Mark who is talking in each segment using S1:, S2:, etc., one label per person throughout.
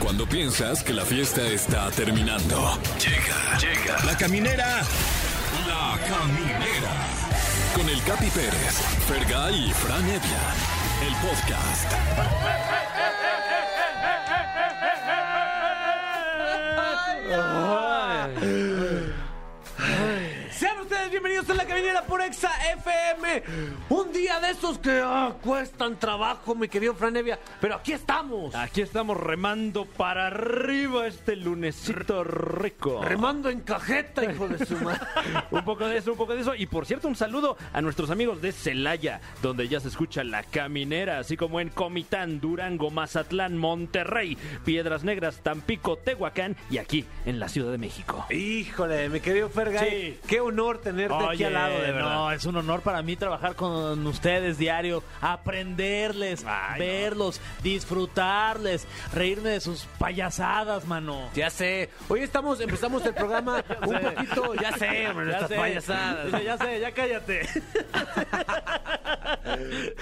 S1: Cuando piensas que la fiesta está terminando. Llega, llega. La caminera. La caminera. Con el Capi Pérez, Fergay y Fran Evia. El podcast.
S2: Sean ustedes bienvenidos a la caminera por Exa FM. Un día de esos que ah, cuestan trabajo, mi querido Franevia. Pero aquí estamos.
S3: Aquí estamos remando para arriba este lunesito rico.
S2: Remando en cajeta, hijo de su madre.
S3: un poco de eso, un poco de eso. Y por cierto, un saludo a nuestros amigos de Celaya, donde ya se escucha la caminera, así como en Comitán, Durango, Mazatlán, Monterrey, Piedras Negras, Tampico, Tehuacán y aquí en la Ciudad de México.
S2: Híjole, mi querido Fergay.
S3: Sí.
S2: Qué honor tenerte aquí
S3: Oye,
S2: al lado, de verdad.
S4: No, es un honor para mí trabajar con ustedes diario, aprenderles,
S3: Ay, no.
S4: verlos, disfrutarles, reírme de sus payasadas, mano.
S2: Ya sé. Hoy estamos, empezamos el programa un
S3: Oh,
S2: poquito. Ya sé, hombre, nuestras
S4: Dice,
S2: payasadas.
S4: Ya sé, ya cállate.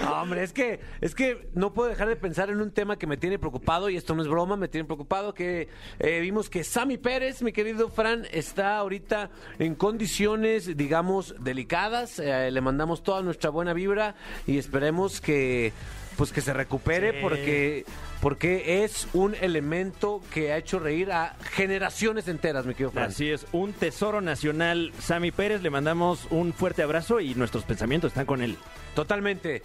S2: No, hombre, es que, es que no puedo dejar de pensar en un tema que me tiene preocupado, y esto no es broma, me tiene preocupado, que eh, vimos que Sammy Pérez, mi querido Fran, está ahorita en condiciones, digamos, delicadas. Eh, le mandamos toda nuestra buena vibra y esperemos que pues que se recupere
S4: Sí.
S2: porque porque es un elemento que ha hecho reír a generaciones enteras, mi querido Fran.
S3: Así es, un tesoro nacional. Sammy Pérez, le mandamos un fuerte abrazo y nuestros pensamientos están con él.
S2: Totalmente.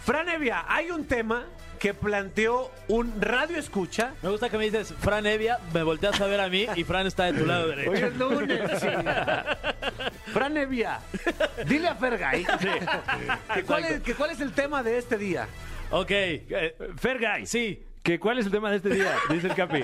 S2: Fran Evia, hay un tema que planteó un radio escucha
S4: Me gusta que me dices, Fran Evia, me volteas a ver a mí y Fran está de tu lado derecho.
S2: Hoy es lunes. Fran Evia, dile a Fergay que, cuál es, que cuál es el tema de este día.
S4: Ok.
S3: Eh, Fergay,
S4: Sí.
S3: ¿Que ¿Cuál es el tema de este día? Dice el Capi.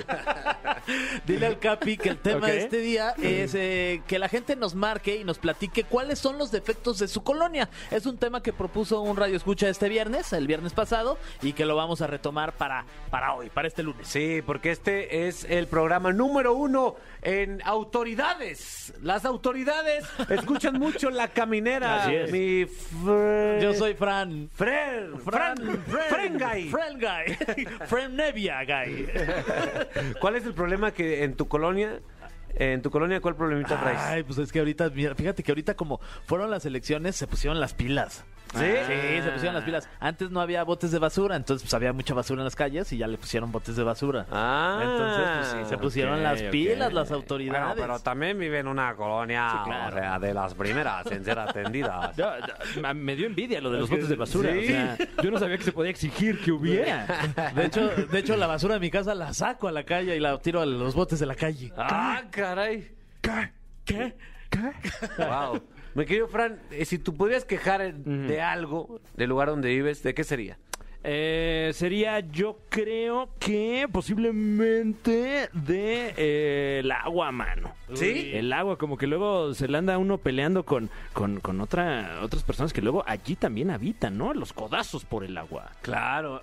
S4: Dile al Capi que el tema
S3: Ok.
S4: de este día es eh, que la gente nos marque y nos platique cuáles son los defectos de su colonia. Es un tema que propuso un radio escucha este viernes, el viernes pasado, y que lo vamos a retomar para, para hoy, para este lunes.
S2: Sí, porque este es el programa número uno en autoridades. Las autoridades escuchan mucho la caminera.
S3: Así es.
S2: Mi Fre-
S4: Yo soy Fran.
S2: Fren, Eh, Fran, Frengay.
S4: Fran Guy. Fran Nevia Guy.
S2: ¿Cuál es el problema que en tu colonia, en tu colonia, cuál problemita traes?
S4: Ay, pues es que ahorita, mira, fíjate que ahorita como fueron las elecciones, se pusieron las pilas. Ah,
S2: ¿Sí?
S4: Sí, se pusieron las pilas. Antes no había botes de basura, entonces pues había mucha basura en las calles y ya le pusieron botes de basura.
S2: Ah,
S4: entonces pues sí, se pusieron
S3: ok,
S4: las
S3: ok.
S4: pilas las
S2: Bueno,
S4: autoridades.
S2: pero también vive en una colonia
S4: Sí, claro.
S2: o sea, de las primeras en ser atendidas.
S3: No, no, me dio envidia lo de los botes de basura. o sea, yo no sabía que se podía exigir que hubiera.
S4: De hecho, de hecho la basura de mi casa la saco a la calle y la tiro a los botes de la calle.
S2: ¡Ah, caray!
S4: ¿Qué?
S2: ¡Wow! Mi querido Fran, eh, si tú pudieras quejar eh, de algo del lugar donde vives, ¿de qué sería?
S3: Eh, sería, yo creo que posiblemente de eh, el agua, mano.
S2: ¿Sí?
S3: El agua, como que luego se le anda uno peleando con, con, con otra, otras personas que luego allí también habitan, ¿no? Los codazos por el agua.
S2: Claro.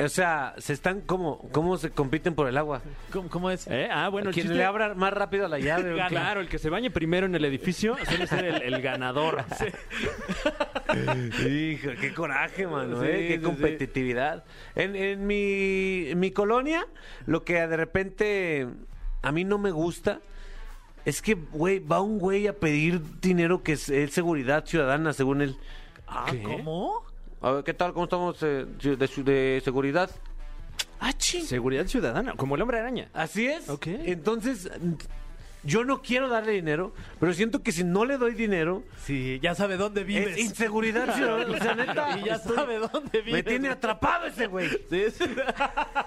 S2: O sea, se están como, ¿cómo se compiten por el agua?
S4: ¿Cómo, cómo es?
S3: ¿Eh? Ah, bueno, el
S2: Quien
S3: chiste-
S2: le abra más rápido a la llave.
S3: Claro,
S2: claro.
S3: el que se bañe primero en el edificio suele ser el, el ganador.
S2: Hijo, qué coraje, mano,
S4: Sí,
S2: ¿eh? qué
S4: sí, sí.
S2: competitividad. En, en mi, en mi colonia, lo que de repente a mí no me gusta es que, güey, va un güey a pedir dinero que es, es seguridad ciudadana, según él.
S4: Ah,
S3: ¿Qué?
S4: ¿Cómo?
S2: A ver, ¿qué tal? ¿Cómo estamos eh, de, su- de seguridad? Ah, ching.
S3: Seguridad ciudadana, como el hombre araña.
S2: Así es.
S3: Ok.
S2: Entonces, yo no quiero darle dinero, pero siento que si no le doy dinero,
S4: Sí, ya sabe dónde vives.
S2: es inseguridad ciudadana. O sea, neta,
S4: y ya
S2: estoy-
S4: sabe dónde vives.
S2: me tiene atrapado ese güey.
S4: Sí, sí.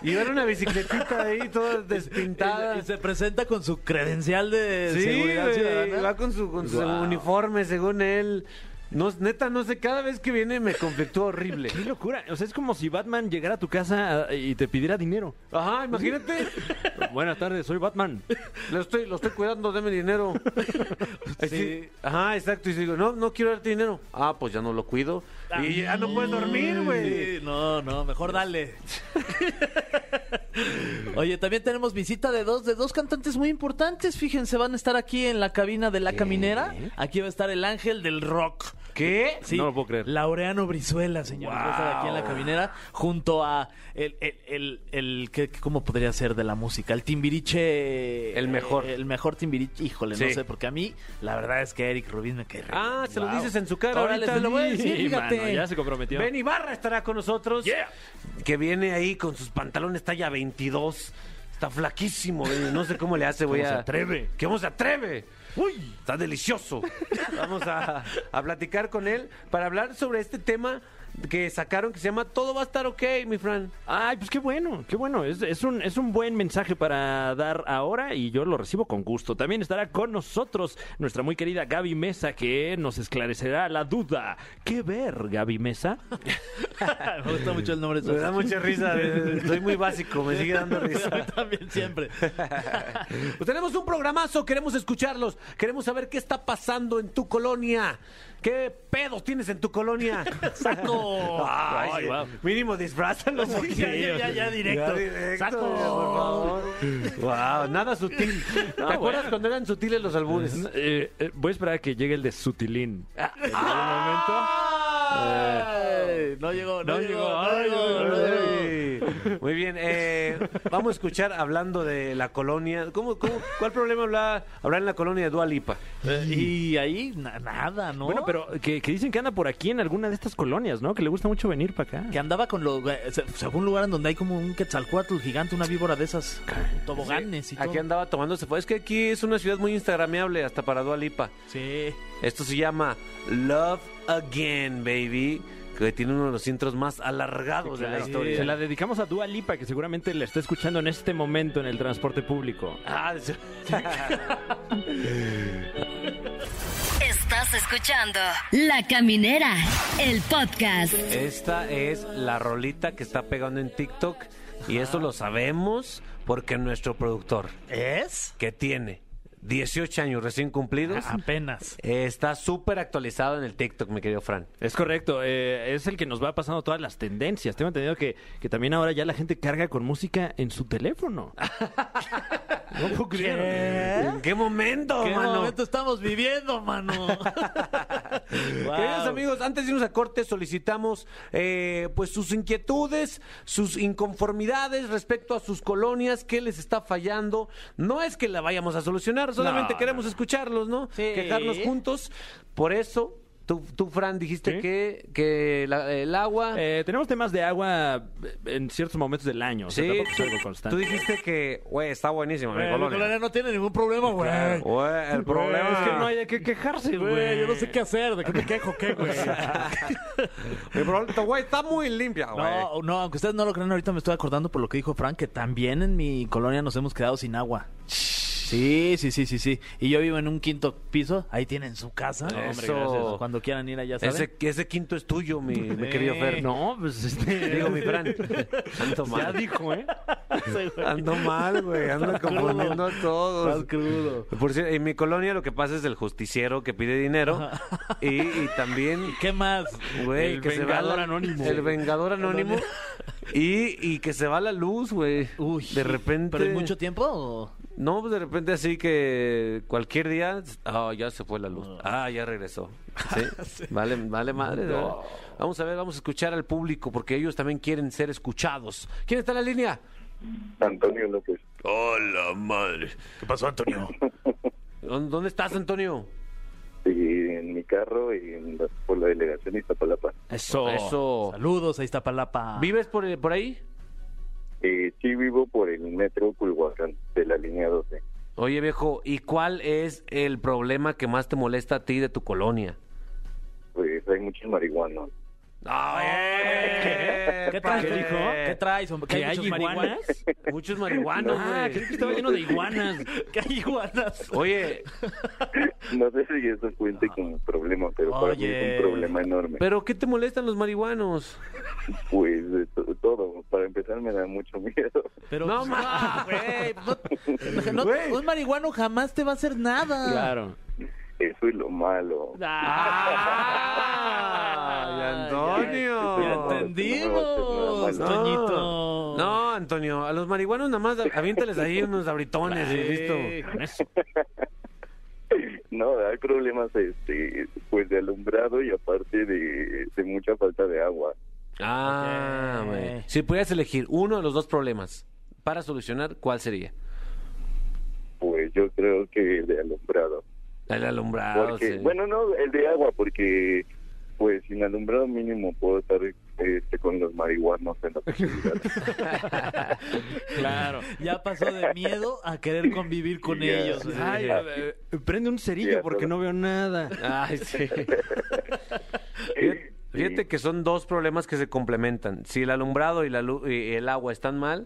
S2: Y ver una bicicletita ahí toda despintada.
S4: Y, y se presenta con su credencial de
S2: sí,
S4: seguridad
S2: güey,
S4: ciudadana.
S2: va con su, con su
S3: Guau.
S2: uniforme, según él. No, neta, no sé, cada vez que viene me conflictúa horrible.
S3: Qué locura. O sea, es como si Batman llegara a tu casa eh, y te pidiera dinero.
S2: Ajá, imagínate.
S3: Buenas tardes, soy Batman.
S2: Lo estoy, lo estoy cuidando, deme dinero. Ay, sí. Ajá, exacto. Y digo, no, no quiero darte dinero. Ah, pues ya no lo cuido. Y ya no puedes dormir, güey.
S4: Ah. Sí, No, no, mejor dale. Oye, también tenemos visita de dos, de dos cantantes muy importantes. Fíjense, van a estar aquí en la cabina de La Caminera. Aquí va a estar el ángel del rock.
S2: ¿Qué?
S4: Sí,
S3: No lo puedo creer.
S4: Laureano Brizuela, señores. va a estar aquí en la caminera, junto a el, el, el, el- ¿qué- ¿cómo podría ser de la música? El timbiriche. eh,
S2: El mejor.
S4: El mejor timbiriche. Híjole, no
S2: Sí.
S4: sé, porque a mí, la verdad es que Eric Rubin me cae re
S2: Ah,
S4: bien.
S2: se lo
S4: Wow.
S2: dices en su cara
S4: Ahora
S2: ahorita.
S4: les lo voy a decir,
S3: Sí,
S4: fíjate.
S3: mano, ya se comprometió.
S2: Ben Ibarra estará con nosotros.
S3: Yeah.
S2: Que viene ahí con sus pantalones talla 22. Está flaquísimo. Ben, No sé cómo le hace, voy
S3: ¿Cómo
S2: a...
S3: se atreve?
S2: ¿Cómo se atreve?
S3: Uy.
S2: Está delicioso. Vamos a, a platicar con él para hablar sobre este tema que sacaron que se llama Todo va a estar ok, mi Fran.
S3: Ay, pues qué bueno, qué bueno. Es, es un, es un buen mensaje para dar ahora y yo lo recibo con gusto. También estará con nosotros nuestra muy querida Gaby Mesa que nos esclarecerá la duda. ¿Qué ver, Gaby Mesa?
S4: me gusta mucho el nombre de
S2: Me da
S4: su
S2: mucha risa. eh, Soy muy básico, me sigue dando risa.
S4: También siempre.
S2: Pues tenemos un programazo, queremos escucharlos, queremos saber qué está pasando en tu colonia. ¿Qué pedos tienes en tu colonia?
S4: Saco.
S2: Ay,
S3: Ay, guau.
S2: Mínimo disfrázalo. porque-
S4: ya, ya, ya, ya, directo. Saco.
S2: Wow, nada sutil. ¿Te
S3: No,
S2: acuerdas
S3: bueno.
S2: cuando eran sutiles los albures?
S3: Eh, eh, voy a esperar a que llegue el de Sutilín. En algún
S2: eh,
S4: Ay, No llegó, no,
S3: No
S4: llegó.
S3: llegó.
S4: no llegó, no llegó.
S2: Ay, Muy bien, eh, vamos a escuchar hablando de la colonia. ¿Cómo, cómo, cuál problema habrá, habrá en la colonia de Dualipa?
S4: Eh, Y ahí na- nada, ¿no?
S3: Bueno, pero que, que dicen que anda por aquí en alguna de estas colonias, ¿no? Que le gusta mucho venir para acá.
S4: Que andaba con los. Según lugar en donde hay como un quetzalcoatl gigante, una víbora de esas. Toboganes y todo.
S2: Aquí andaba tomándose. fue- Es que aquí es una ciudad muy instagrameable, hasta para Dualipa.
S4: Sí.
S2: Esto se llama Love Again, baby. Que tiene uno de los intros más alargados de la
S3: Claro.
S2: historia.
S3: Se la dedicamos a Dua Lipa, que seguramente la está escuchando en este momento en el transporte público.
S2: Ah, se-
S5: Estás escuchando La Caminera, el podcast.
S2: Esta es la rolita que está pegando en TikTok. Y eso lo sabemos porque nuestro productor,
S4: ¿Es?
S2: que tiene 18 años recién cumplidos,
S4: Apenas.
S2: eh, está súper actualizado en el TikTok, mi querido Fran.
S3: Es correcto, eh, es el que nos va pasando todas las tendencias. Tengo entendido que, que también ahora ya la gente carga con música en su teléfono. no puedo creer.
S2: ¿En qué momento,
S4: ¿Qué
S2: mano?
S4: momento estamos viviendo, mano? Wow.
S2: Queridos amigos, antes de irnos a corte solicitamos eh, pues sus inquietudes, sus inconformidades respecto a sus colonias, qué les está fallando. No es que la vayamos a solucionar, solamente
S3: No,
S2: queremos escucharlos, ¿no?
S4: Sí.
S2: Quejarnos juntos. Por eso, tú, tú, Fran, dijiste
S3: Sí.
S2: que, que la- el agua...
S3: Eh, tenemos temas de agua eh, en ciertos momentos del año. o sea,
S2: sí,
S3: tampoco es
S2: tú,
S3: algo
S2: tú
S3: constante. Eh,
S2: dijiste que, güey, está buenísimo mi
S4: Güey, mi
S2: colonia.
S4: eh, colonia no tiene ningún problema, güey.
S2: Güey, el problema
S3: es que no hay de qué quejarse,
S4: Güey,
S3: güey.
S4: yo no sé qué hacer. ¿De qué me quejo, qué, güey?
S2: Mi problema, güey, está muy limpia, güey.
S4: No, no, aunque ustedes no lo crean, ahorita me estoy acordando por lo que dijo Frank, que también en mi colonia nos hemos quedado sin agua. Sí, sí, sí, sí, sí. Y yo vivo en un quinto piso, ahí tienen su casa.
S2: No, hombre,
S4: Eso.
S2: gracias.
S4: Cuando quieran ir allá, ¿saben?
S2: ese, ese quinto es tuyo, mi, mi
S4: Sí.
S2: querido Fer.
S3: No, pues este.
S2: Digo, mi Fran. Ando
S3: Ya
S2: mal.
S3: dijo, ¿eh?
S2: Ando mal, güey. Ando confundiendo a todos.
S4: Estás crudo.
S2: Por cierto, en mi colonia lo que pasa es el justiciero que pide dinero y, y también,
S4: ¿Qué más?
S2: güey,
S3: El
S2: que se va
S3: vengador
S2: la-
S3: anónimo.
S2: El vengador anónimo y, y que se va la luz, güey.
S4: Uy,
S2: de repente.
S4: ¿Pero en mucho tiempo? o?
S2: No, pues de repente así que cualquier día, ah, ya se fue la luz. Ah, ya regresó. ¿Sí? Vale, vale madre. ¿verdad? Vamos a ver, vamos a escuchar al público porque ellos también quieren ser escuchados. ¿Quién está en la línea?
S6: Antonio López.
S2: Hola, madre.
S4: ¿Qué pasó, Antonio?
S2: ¿Dó- ¿Dónde estás, Antonio?
S6: Y en mi carro y en la- por la delegación Iztapalapa.
S3: Eso.
S2: Eso.
S4: Saludos a Iztapalapa.
S2: ¿Vives por, el- por ahí?
S6: Eh, sí vivo por el metro Culhuacán de la línea 12.
S2: Oye, viejo, ¿y cuál es el problema que más te molesta a ti de tu colonia?
S6: Pues hay muchos marihuanos.
S2: ¿Qué,
S4: ¿Qué traes?
S3: eh, ¿Qué dijo?
S4: ¿Qué traes, hombre?
S3: ¿Que hay
S4: muchos marihuanos?
S3: iguanas?
S2: Muchos marihuanos.
S3: Ah,
S2: güey.
S3: creí que estaba lleno de iguanas.
S4: ¿Que hay iguanas?
S2: Oye,
S6: No sé si eso cuente como problema, pero para mí
S4: Oye.
S6: es un problema enorme.
S2: ¿pero qué te molestan los marihuanos?
S6: Pues de to- todo. Para empezar me da mucho miedo.
S4: Pero,
S2: No,
S4: pues,
S2: ma-
S4: ah, güey, no- no-
S2: Güey.
S4: un marihuano jamás te va a hacer nada.
S3: Claro.
S6: Eso es lo malo.
S2: ¡Ah! ¡Y Antonio!
S4: Ya entendimos,
S6: No.
S4: Toñito.
S2: No, Antonio, a los marihuanos nada más aviéntales ahí unos abritones y listo.
S4: Sí.
S3: Con eso.
S6: No, No, hay problemas este, pues de alumbrado y aparte de, de mucha falta de agua.
S2: Ah,
S4: Ok.
S2: güey. Si pudieras elegir uno de los dos problemas para solucionar, ¿cuál sería?
S6: Pues yo creo que el de alumbrado.
S2: El alumbrado.
S6: Porque,
S2: sí.
S6: bueno, no, el de agua, porque pues sin alumbrado mínimo puedo estar este, con los marihuanos en la comunidad.
S3: Claro.
S4: Ya pasó de miedo a querer convivir con
S6: Ya.
S4: ellos.
S6: Sí.
S3: Ay, a ver, prende un cerillo
S6: Ya,
S3: porque
S6: pero-
S3: no veo nada.
S2: Ay, sí. Fíjate-
S6: Sí.
S2: Fíjate que son dos problemas que se complementan. Si el alumbrado y, la lu- y el agua están mal,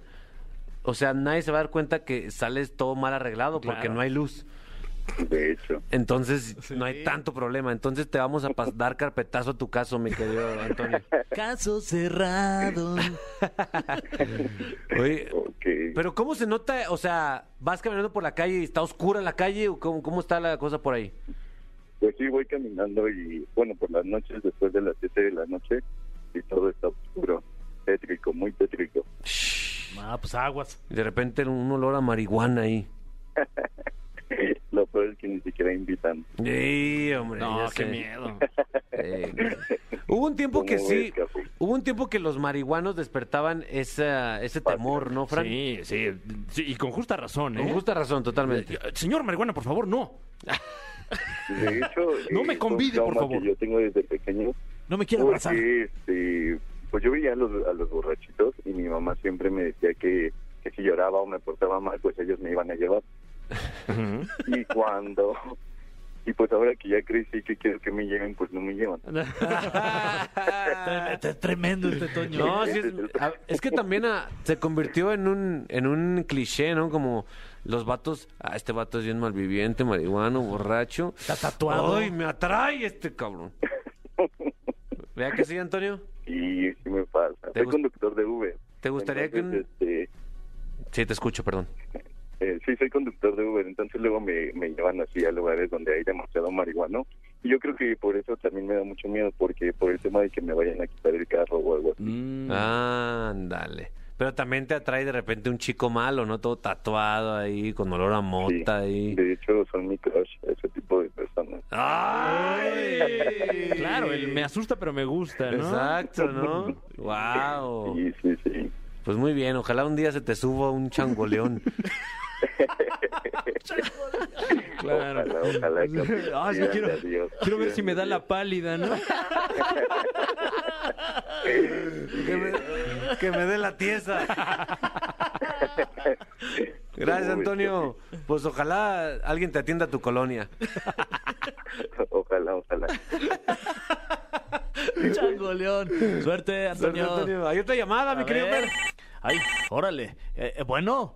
S2: o sea, nadie se va a dar cuenta que sales todo mal arreglado porque
S3: Claro.
S2: no hay luz.
S6: De hecho.
S2: Entonces, no hay tanto problema. Entonces, te vamos a pas- dar carpetazo a tu caso, mi querido Antonio.
S4: Caso cerrado.
S2: Oye,
S6: Ok.
S2: pero ¿cómo se nota? O sea, ¿vas caminando por la calle y está oscura la calle o cómo, cómo está la cosa por ahí?
S6: Pues sí, voy caminando y, bueno, por las noches, después de las 7 de la noche, y todo está oscuro, tétrico, muy tétrico.
S4: Ah, pues aguas.
S2: Y de repente un olor a marihuana ahí.
S6: Lo peor es que ni siquiera invitan.
S2: Sí, hombre.
S3: No,
S2: ya
S3: qué
S2: sé.
S3: miedo.
S2: Eh, hubo un tiempo
S6: ¿Cómo
S2: que
S6: ves,
S2: sí,
S6: Capu?
S2: hubo un tiempo que los marihuanos despertaban esa, ese temor, ¿no, Fran?
S3: Sí, sí, sí, y con justa razón, ¿eh?
S2: Con justa razón, totalmente.
S3: Eh, Señor marihuana, por favor, no.
S6: De hecho,
S3: No me
S6: son
S3: convide, por
S6: traumas
S3: favor.
S6: que yo tengo desde pequeño.
S4: No me
S6: Oh,
S4: quiero abrazar.
S6: Porque, este, pues yo veía a los, a los borrachitos y mi mamá siempre me decía que, que si lloraba o me portaba mal, pues ellos me iban a llevar. y cuando... Y pues ahora que ya crecí que quiero que me lleven, pues no me llevan.
S4: Tre- tre- Tremendo este Toño.
S2: No, sí es, a- es que también ah, se convirtió en un, en un cliché, ¿no? Como los vatos, ah, este vato es bien malviviente, marihuano, borracho.
S4: Está tatuado.
S2: Ay, me atrae este cabrón. Vea que sí, Antonio.
S6: Y sí me pasa.
S2: ¿Te
S6: Soy
S2: gust-
S6: conductor de Uber.
S2: ¿Te gustaría que
S6: Entonces, este,
S2: Sí, te escucho, perdón.
S6: eh, sí, soy conductor de Uber, entonces luego me, me llevan así a lugares donde hay demasiado marihuano. Y yo creo que por eso también me da mucho miedo, porque por el tema de que me vayan a quitar el carro o algo así.
S3: Mm.
S2: Ándale. Pero también te atrae de repente un chico malo, ¿no? Todo tatuado ahí, con olor a
S6: Sí.
S2: mota ahí.
S6: De hecho, son mi crush, ese tipo de personas.
S2: ¡Ay!
S3: Claro, el me asusta, pero me gusta, ¿no?
S2: Exacto, ¿no?
S3: Ah, oh.
S2: ¡Wow!
S6: Sí, sí, sí.
S2: Pues muy bien, ojalá un día se te suba un changoleón.
S3: Claro.
S6: Ojalá, ojalá. que-
S3: Ah, sí, quiero,
S6: Gracias a Dios.
S3: quiero ver si me da la pálida, ¿no?
S2: que, me, que me dé la tiesa. Gracias, Antonio. Pues ojalá alguien te atienda a tu colonia.
S6: Ojalá, ojalá.
S4: Chango León. Suerte, Antonio.
S2: Antonio, Hay otra llamada,
S4: A
S2: mi querido
S4: ver.
S2: Fer.
S4: Ay, órale. Eh, eh, bueno.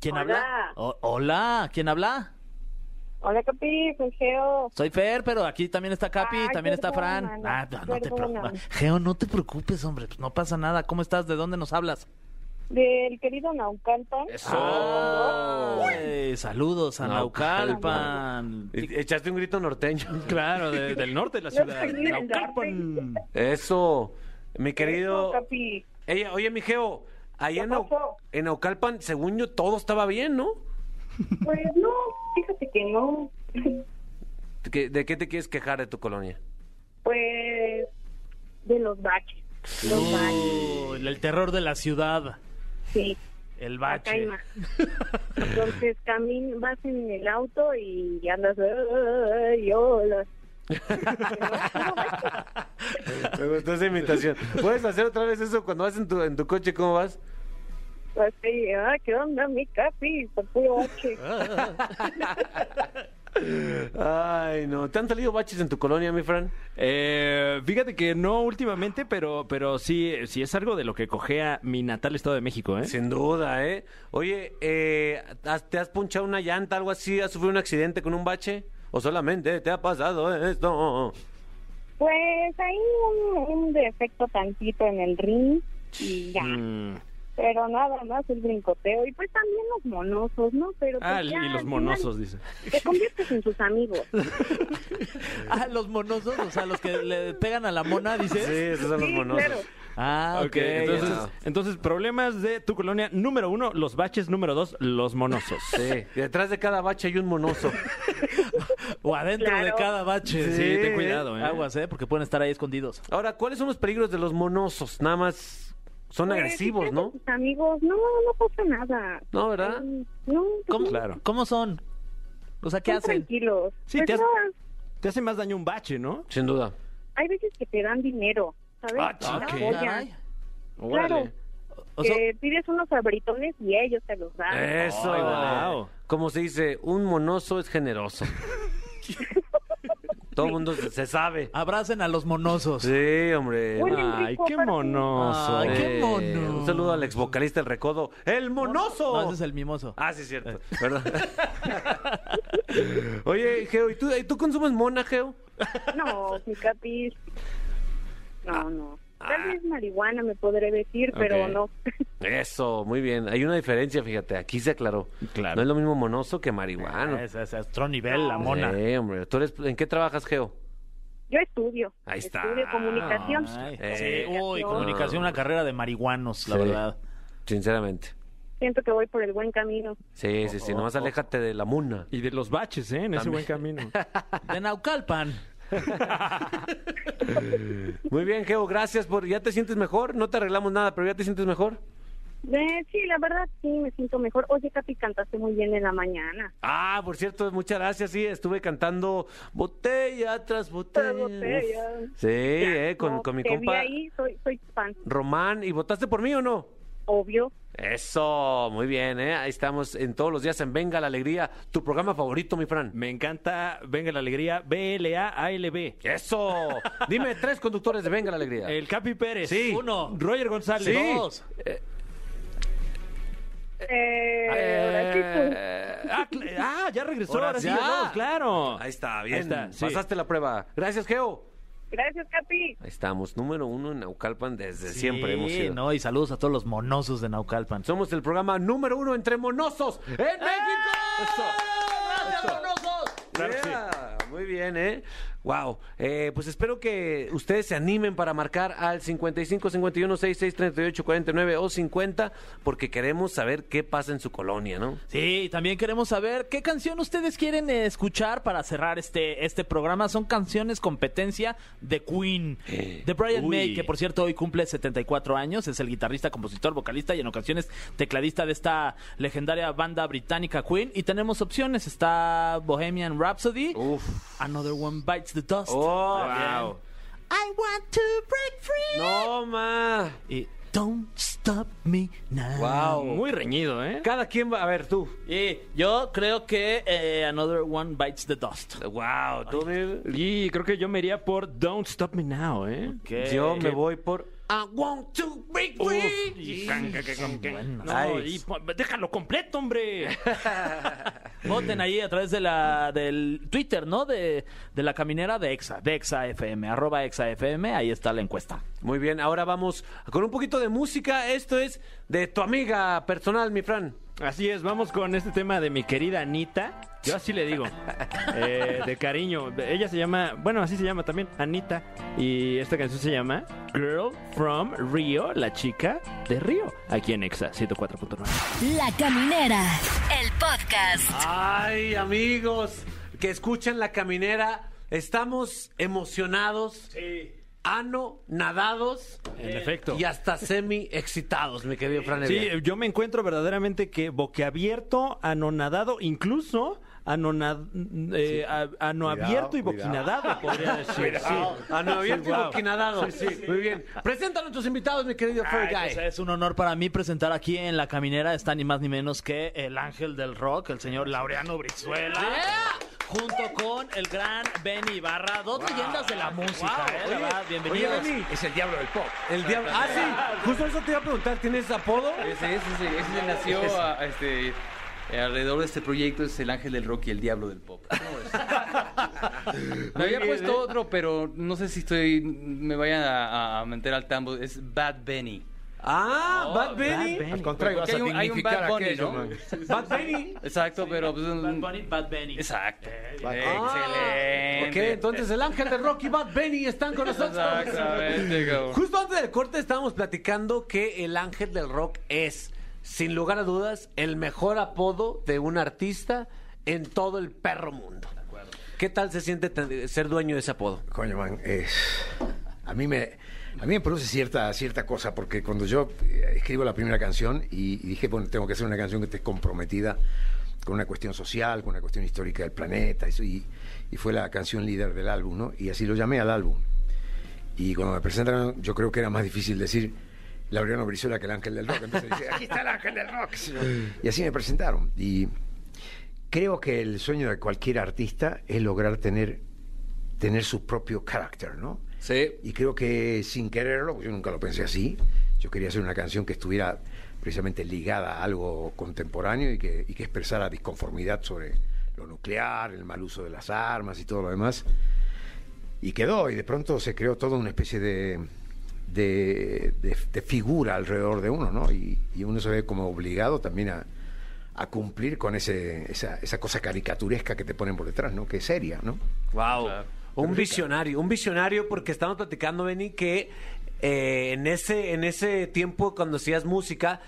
S4: ¿Quién habla?
S7: Hola.
S4: O- hola, ¿quién habla?
S7: Hola, Capi, soy Geo.
S4: Soy Fer, pero aquí también está Capi,
S7: Ay,
S4: también está Fran.
S7: perdóname,
S4: Ah, no, no te
S7: perdóname.
S4: preocupes. Geo, no te preocupes, hombre, pues no pasa nada. ¿Cómo estás? ¿De dónde nos hablas?
S7: Del querido Naucalpan.
S4: Ay, saludos a Naucalpan.
S2: E- Echaste un grito norteño.
S3: Claro, de- del norte de la
S7: Yo
S3: ciudad.
S7: soy del
S3: Naucalpan.
S2: Eso, mi
S7: Eso,
S2: querido.
S7: Capi.
S2: Ella, oye, mi geo, ahí
S7: ¿Qué
S2: en, Au-
S7: pasó?
S2: en Naucalpan, según yo, todo estaba bien, ¿no?
S7: Pues no, fíjate que no.
S2: ¿Qué- ¿De qué te quieres quejar de tu colonia?
S7: Pues de los baches. Los baches,
S4: Uy, el terror de la ciudad,
S7: sí.
S4: el
S7: Acá hay
S4: bache.
S7: más. Entonces camin vas en el auto y andas. "Ay, hola".
S2: Me gustó esa imitación. ¿Puedes hacer otra vez eso cuando vas en tu, en tu coche? ¿Cómo vas?
S7: Así, ah, ¿qué onda, mi Capi? Por puro bache.
S2: Ay, no. ¿Te han salido baches en tu colonia, mi Fran?
S3: Eh, fíjate que no últimamente, pero, pero sí, sí es algo de lo que cojea mi natal Estado de México, ¿eh?
S2: Sin duda, ¿eh? Oye, eh, ¿has- ¿te has punchado una llanta, algo así? ¿Has sufrido un accidente con un bache? ¿O solamente eh, te ha pasado esto?
S7: Pues hay un, un defecto tantito en el ring y ya.
S3: Mm.
S7: Pero nada más el brincoteo y pues también los monosos, ¿no? Pero pues
S3: Ah,
S7: ya,
S3: y
S7: al
S3: los
S7: final
S3: monosos, dice.
S7: Te conviertes en sus amigos.
S4: Ah, los monosos, o sea, los que le pegan a la mona, dices.
S2: esos son
S7: Sí, claro.
S4: Ah, ok.
S3: Ok, entonces,
S4: ya.
S3: entonces, problemas de tu colonia número uno, los baches, número dos, los monosos.
S2: Sí, y detrás de cada bache hay un monoso.
S4: O adentro de
S7: Claro.
S4: cada bache.
S3: Sí, ten cuidado, ¿eh?
S4: Aguas, ¿eh? Porque pueden estar ahí escondidos.
S2: Ahora, ¿cuáles son los peligros de los monosos? Nada más son
S7: Pues,
S2: agresivos,
S7: estás
S2: ¿no?
S7: con Tus amigos, no, no pasa nada.
S2: No, ¿verdad?
S7: No, pues,
S4: ¿Cómo,
S3: Claro.
S4: ¿Cómo son? O sea, ¿qué
S7: son
S4: hacen?
S7: tranquilos.
S3: Sí,
S7: Pues
S3: te has-
S7: no,
S3: Te hace más daño un bache, ¿no?
S2: Sin duda.
S7: hay veces que te dan dinero, ¿sabes?
S3: Ah,
S7: Te
S3: chica.
S7: apoyan,
S4: Caray.
S7: Claro,
S3: Órale.
S4: O sea,
S7: que pides unos abritones y ellos te los dan.
S2: Eso.
S3: Ay, guau.
S2: Como se dice, un monoso es generoso. Todo el mundo se se sabe.
S4: abracen a los monosos.
S2: Sí, hombre.
S7: Huelen
S3: Ay,
S7: rico,
S3: qué
S7: aparte.
S3: monoso.
S4: Ay, qué
S2: Eh,
S4: mono.
S2: Un saludo al ex vocalista del Recodo. ¡El monoso!
S4: No, ese es el Eh. mimoso.
S2: Ah, sí, es cierto. ¿Verdad? Oye, Geo, ¿y tú, y tú consumes mona, Geo?
S7: No, mi capis. No, no. Tal vez marihuana me podré decir, pero
S2: Ok.
S7: no.
S2: Eso, muy bien. Hay una diferencia, fíjate. Aquí se aclaró.
S3: Claro.
S2: No es lo mismo monoso que marihuano.
S4: Ese Eh, es otro nivel, la mona.
S2: Sí, hombre. ¿Tú eres, ¿En qué trabajas, Geo?
S7: Yo estudio.
S2: Ahí está.
S7: Estudio comunicación.
S4: Ay,
S2: Eh,
S4: sí, uy,
S7: no.
S4: comunicación, una carrera de marihuanos, la
S2: Sí.
S4: verdad.
S2: Sinceramente.
S7: Siento que voy por el buen camino.
S2: Sí,
S4: Oh,
S2: sí, sí. Nomás aléjate de la mona.
S3: Y de los baches, ¿eh? En ese buen camino.
S4: De Naucalpan.
S2: Muy bien, Geo. Gracias por... ¿Ya te sientes mejor? No te arreglamos nada, pero ¿ya te sientes mejor?
S7: Eh, sí, la verdad sí, me siento mejor. Oye, Capi, cantaste muy bien en la mañana.
S2: Ah, por cierto, muchas gracias. Sí, estuve cantando botella tras botella.
S7: botella.
S2: Sí, eh, con,
S7: No,
S2: con mi
S7: te vi
S2: compa
S7: ahí, soy, soy fan,
S2: Román. ¿Y votaste por mí o no?
S7: obvio.
S2: Eso, muy bien, ¿eh? Ahí estamos en todos los días en Venga la Alegría, tu programa favorito, mi Fran.
S3: Me encanta, venga la alegría, B-L-A-A-L-B.
S2: Eso. Dime tres conductores de Venga la Alegría.
S3: El Capi Pérez.
S2: Sí.
S4: Uno.
S3: Roger González.
S2: Sí.
S4: Dos.
S7: Eh, ahora sí, tú.
S2: Eh,
S3: Ah, cl- ah, ya regresó. Ahora, sí,
S2: ya.
S3: los dos, claro.
S2: Ahí está, bien.
S3: Ahí está, sí.
S2: Pasaste la prueba. Gracias, Geo.
S7: Gracias, Capi.
S2: Ahí estamos, número uno en Naucalpan desde siempre hemos
S4: Sí,
S2: sido.
S4: no, y saludos a todos los monosos de Naucalpan.
S2: Somos el programa número uno entre monosos en México.
S4: ¡Gracias, monosos!
S3: Claro que sí.
S2: Yeah, Muy bien, ¿eh? Wow. Eh, pues espero que ustedes se animen para marcar al 55 51 66 38 49 o 50 porque queremos saber qué pasa en su colonia, ¿no?
S4: Sí, y también queremos saber qué canción ustedes quieren eh, escuchar para cerrar este, este programa. Son canciones competencia de Queen,
S2: Eh,
S4: de Brian
S3: Uy.
S4: May, que por cierto hoy cumple 74 años. Es el guitarrista, compositor, vocalista y en ocasiones tecladista de esta legendaria banda británica Queen. Y tenemos opciones. Está Bohemian Rhapsody, Another One Bites the Dust.
S2: Oh,
S4: También.
S2: wow.
S4: I want to break free.
S2: No, ma.
S4: Y Don't Stop Me Now.
S2: Wow.
S3: Muy reñido, ¿eh?
S2: Cada quien va. A ver, tú.
S4: Y yo creo que eh, Another One Bites the Dust.
S2: Wow, tú, mi-
S3: Y creo que yo me iría por Don't Stop Me Now, ¿eh?
S2: Yo me voy por. I want to break free.
S3: Y- can- can- can- can- No,
S2: Ay.
S3: y po- déjalo completo, hombre.
S4: Voten ahí a través de la del Twitter, ¿no? De, de la caminera de Exa, de Exa FM, arroba Exa FM, ahí está la encuesta.
S2: Muy bien, ahora vamos con un poquito de música. Esto es de tu amiga personal, mi Fran.
S3: Así es, vamos con este tema de mi querida Anita. Yo así le digo, eh, de cariño. Ella se llama, bueno, así se llama también, Anita. Y esta canción se llama Girl from Rio, la chica de Río, aquí en Exa 104.9.
S5: La Caminera, el podcast.
S2: Ay, amigos que escuchan la caminera, estamos emocionados, ano, nadados
S3: En efecto.
S2: y hasta semi excitados, mi querido Fran.
S3: Sí,
S2: Evia.
S3: yo me encuentro verdaderamente que boquiabierto, anonadado, incluso anonad, eh, a- anoabierto y boquinadado, podría decir. Sí.
S2: Ano abierto
S3: Sí,
S2: y
S3: guau.
S2: boquinadado. Muy bien. Presenta a nuestros invitados, mi querido Fair
S4: Ay, pues,
S2: Guy.
S4: es un honor para mí presentar aquí en la caminera está ni más ni menos que el ángel del rock, el señor Laureano Brizuela. Junto con el gran Benny Ibarra, dos leyendas de la música, ¿eh? La verdad, bienvenidos.
S2: Es el diablo del pop. El diablo. Ah, sí. Justo eso te iba a preguntar. ¿Tienes apodo?
S8: Ese, ese, ese, ese nació a- a este, alrededor de este proyecto, es el ángel del rock y el diablo del
S9: Ah,
S8: pop. ¿Cómo
S2: Pues.
S8: ves? Me había puesto otro, pero no sé si estoy, me vayan a, a- a meter al tambo. Es Bad Benny.
S2: Ah,
S8: Oh,
S2: Bad Bunny.
S9: Bad
S3: Al contrario, vas
S8: Porque
S3: a
S8: hay un- hay un
S3: dignificar
S8: Bad Bunny,
S3: aquello,
S8: ¿no?
S3: man.
S2: Bad Bunny.
S8: Exacto, pero pues,
S9: Bad
S8: un-
S9: Bunny, Bad Bunny. Eh,
S8: Exacto. Eh,
S2: Ah,
S8: Excelente.
S2: ok, entonces el ángel de Rocky Bad Bunny están con nosotros.
S8: Exactamente, cabrón.
S2: Justo antes del corte estábamos platicando que el ángel del rock es, sin lugar a dudas, el mejor apodo de un artista en todo el perro mundo. ¿Qué tal se siente ten- ser dueño de ese apodo?
S3: Coño, man, es... a mí me a mí me produce cierta cierta cosa porque cuando yo eh, escribo la primera canción y, y dije, bueno, tengo que hacer una canción que esté comprometida con una cuestión social, con una cuestión histórica del planeta, eso, y, y fue la canción líder del álbum, ¿no? Y así lo llamé al álbum. Y cuando me presentaron, yo creo que era más difícil decir Laureano Brizuela que el Ángel del Rock. Entonces dije, aquí está el Ángel del Rock. Y así me presentaron. Y creo que el sueño de cualquier artista es lograr tener, tener su propio carácter, ¿no?
S8: Sí.
S3: Y creo que sin quererlo, pues yo nunca lo pensé así, yo quería hacer una canción que estuviera precisamente ligada a algo contemporáneo y que, y que expresara disconformidad sobre lo nuclear, el mal uso de las armas y todo lo demás. Y quedó, y de pronto se creó toda una especie de, de, de- de figura alrededor de uno, ¿no? Y, y uno se ve como obligado también a, a cumplir con ese, esa, esa cosa caricaturesca que te ponen por detrás, ¿no? Que es seria, ¿no?
S2: Wow.
S8: Claro.
S2: Un visionario, un visionario porque estamos platicando, Benny, que eh, en, ese, en ese tiempo cuando hacías música,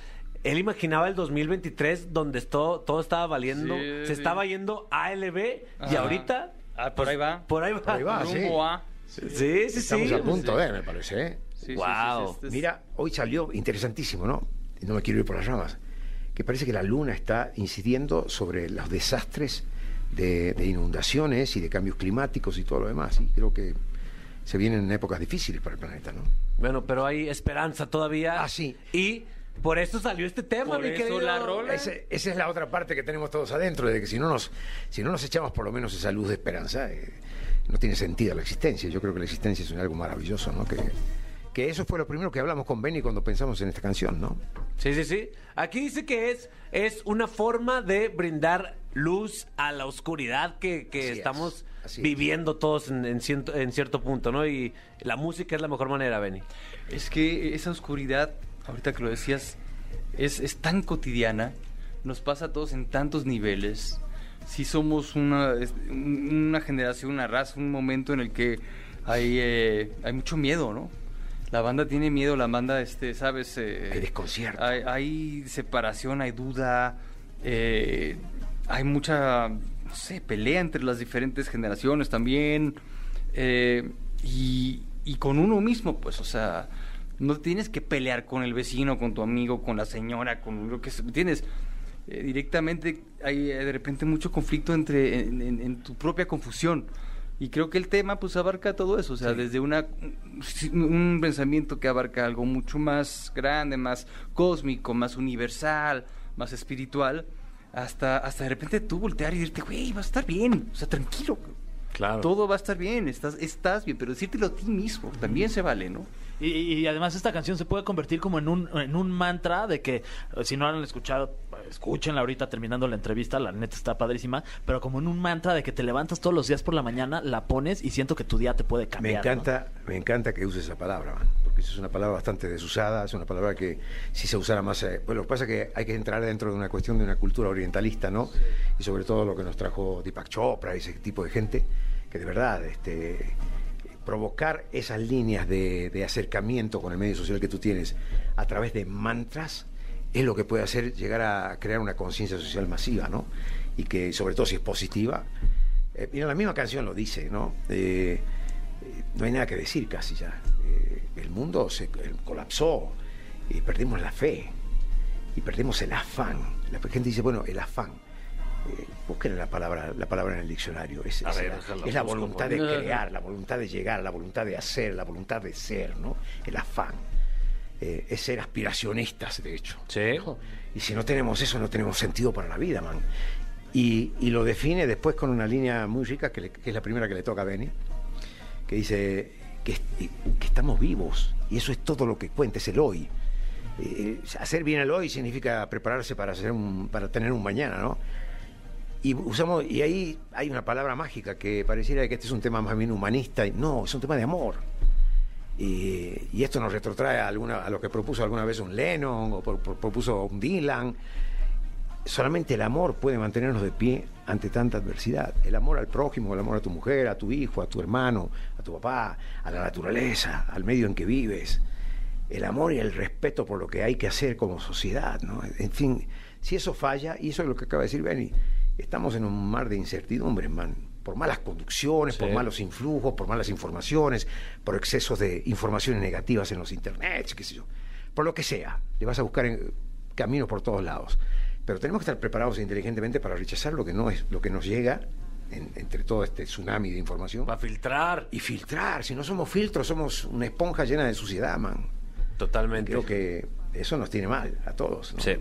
S2: él imaginaba el 2023 donde todo, todo estaba valiendo,
S8: Sí,
S2: se
S8: sí.
S2: estaba yendo ALB y
S8: Ajá.
S2: ahorita...
S8: Ah, por ahí va.
S2: Por ahí va.
S3: Por ahí va. Ah, sí.
S8: Rumbo A.
S2: Sí, sí, sí.
S3: Estamos a punto de, me parece, ¿eh?
S8: Sí, este sí,
S2: Guau.
S8: sí, sí, sí, sí.
S3: Mira, hoy salió interesantísimo, ¿no? Y no me quiero ir por las ramas. Que parece que la Luna está incidiendo sobre los desastres de, de inundaciones y de cambios climáticos y todo lo demás. Y creo que se vienen épocas difíciles para el planeta, ¿no?
S2: Bueno, pero hay esperanza todavía.
S3: Ah, sí.
S2: Y por eso salió este tema,
S8: Por
S2: mi
S8: eso
S2: querido.
S8: la rola.
S3: Ese- esa es la otra parte que tenemos todos adentro, de que si no nos, si no nos echamos por lo menos esa luz de esperanza, eh, no tiene sentido la existencia. Yo creo que la existencia es un algo maravilloso, ¿no? Que, que eso fue lo primero que hablamos con Benny cuando pensamos en esta canción, ¿no?
S2: Sí, sí, sí. Aquí dice que es, es una forma de brindar luz a la oscuridad que, que
S3: Así es,
S2: estamos
S3: así es.
S2: viviendo todos en, en ciento- en cierto punto, ¿no? Y la música es la mejor manera, Benny.
S8: Es que esa oscuridad, ahorita que lo decías, es, es tan cotidiana, nos pasa a todos en tantos niveles. Si somos una, es- un- una generación, una raza, un momento en el que hay, eh, hay mucho miedo, ¿no? La banda tiene miedo, la banda, este, ¿sabes? Eh,
S3: Hay desconcierto.
S8: Hay, hay separación, hay duda, eh, hay mucha, no sé, pelea entre las diferentes generaciones también. eh, y, y con uno mismo, pues, o sea, no tienes que pelear con el vecino, con tu amigo, con la señora, con lo que se- tienes. eh, directamente hay eh, de repente mucho conflicto entre en, en- en tu propia confusión. Y creo que el tema pues abarca todo eso, o sea, desde una, un pensamiento que abarca algo mucho más grande, más cósmico, más universal, más espiritual, hasta, hasta de repente tú voltear y decirte, güey, va a estar bien, o sea, tranquilo.
S2: Claro.
S8: Todo va a estar bien, estás, estás bien, pero decírtelo a ti mismo también se vale, ¿no?
S4: Y, y además esta canción se puede convertir como en un, en un mantra de que eh, si no la han escuchado, eh, escúchenla ahorita terminando la entrevista, la neta está padrísima, pero como en un mantra de que te levantas todos los días por la mañana, la pones y siento que tu día te puede
S3: Me
S4: cambiar. ¿no?
S3: encanta, me encanta que uses esa palabra, man, porque eso es una palabra bastante desusada, es una palabra que si se usara más... eh, bueno, lo que pasa es que hay que entrar dentro de una cuestión de una cultura orientalista, ¿no? Y sobre todo lo que nos trajo Deepak Chopra y ese tipo de gente, que de verdad, este, provocar esas líneas de, de acercamiento con el medio social que tú tienes a través de mantras es lo que puede hacer llegar a crear una conciencia social masiva, ¿no? Y que, sobre todo si es positiva, eh, mira, la misma canción lo dice, ¿no? Eh, eh, no hay nada que decir casi ya. Eh, el mundo se eh, colapsó y perdimos la fe y perdimos el afán. La gente dice, bueno, el afán. Eh, busquen la palabra, la palabra en el diccionario. Es, es la, es la voluntad de crear, la voluntad de llegar, la voluntad de hacer, la voluntad de ser, ¿no? El afán. Eh, es ser aspiracionistas, de hecho.
S2: Sí.
S3: ¿no? Y si no tenemos eso, no tenemos sentido para la vida, man. Y, y lo define después con una línea muy rica, que, le- que es la primera que le toca a Benny, que dice que, est- que estamos vivos. Y eso es todo lo que cuenta, es el hoy. Eh, hacer bien el hoy significa prepararse para, hacer un- para tener un mañana, ¿no? Y usamos, y ahí hay una palabra mágica que pareciera que este es un tema más bien humanista. y No, es un tema de amor. Y, y esto nos retrotrae a, alguna, a lo que propuso alguna vez un Lennon o por- por- propuso un Dylan. Solamente el amor puede mantenernos de pie ante tanta adversidad. El amor al prójimo, el amor a tu mujer, a tu hijo, a tu hermano, a tu papá, a la naturaleza, al medio en que vives. El amor y el respeto por lo que hay que hacer como sociedad, ¿no? En fin, si eso falla, y eso es lo que acaba de decir Benny, estamos en un mar de incertidumbres, man. Por malas conducciones, por malos influjos, por malas informaciones, por excesos de informaciones negativas en los internets, qué sé yo. Por lo que sea, le vas a buscar en, camino por todos lados. Pero tenemos que estar preparados inteligentemente para rechazar lo que no es, lo que nos llega en- entre todo este tsunami de información
S2: Va a filtrar.
S3: y filtrar. Si no somos filtros, somos una esponja llena de suciedad, man.
S2: Totalmente.
S3: Creo que eso nos tiene mal a todos. ¿no?
S2: Sí.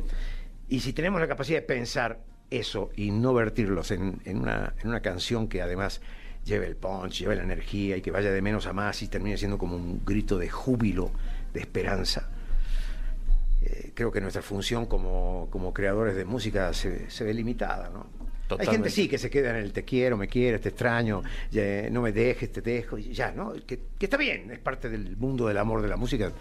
S3: Y si tenemos la capacidad de pensar eso y no vertirlos en, en una, en una canción que además lleve el punch, lleve la energía y que vaya de menos a más y termine siendo como un grito de júbilo, de esperanza. Eh, creo que nuestra función como, como creadores de música se, se ve limitada, ¿no? Hay gente
S2: Totalmente.
S3: sí que se queda en el te quiero, me quieres, te extraño, ya, eh, no me dejes, te dejo, y ya, ¿no? Que, que está bien, es parte del mundo del amor de la música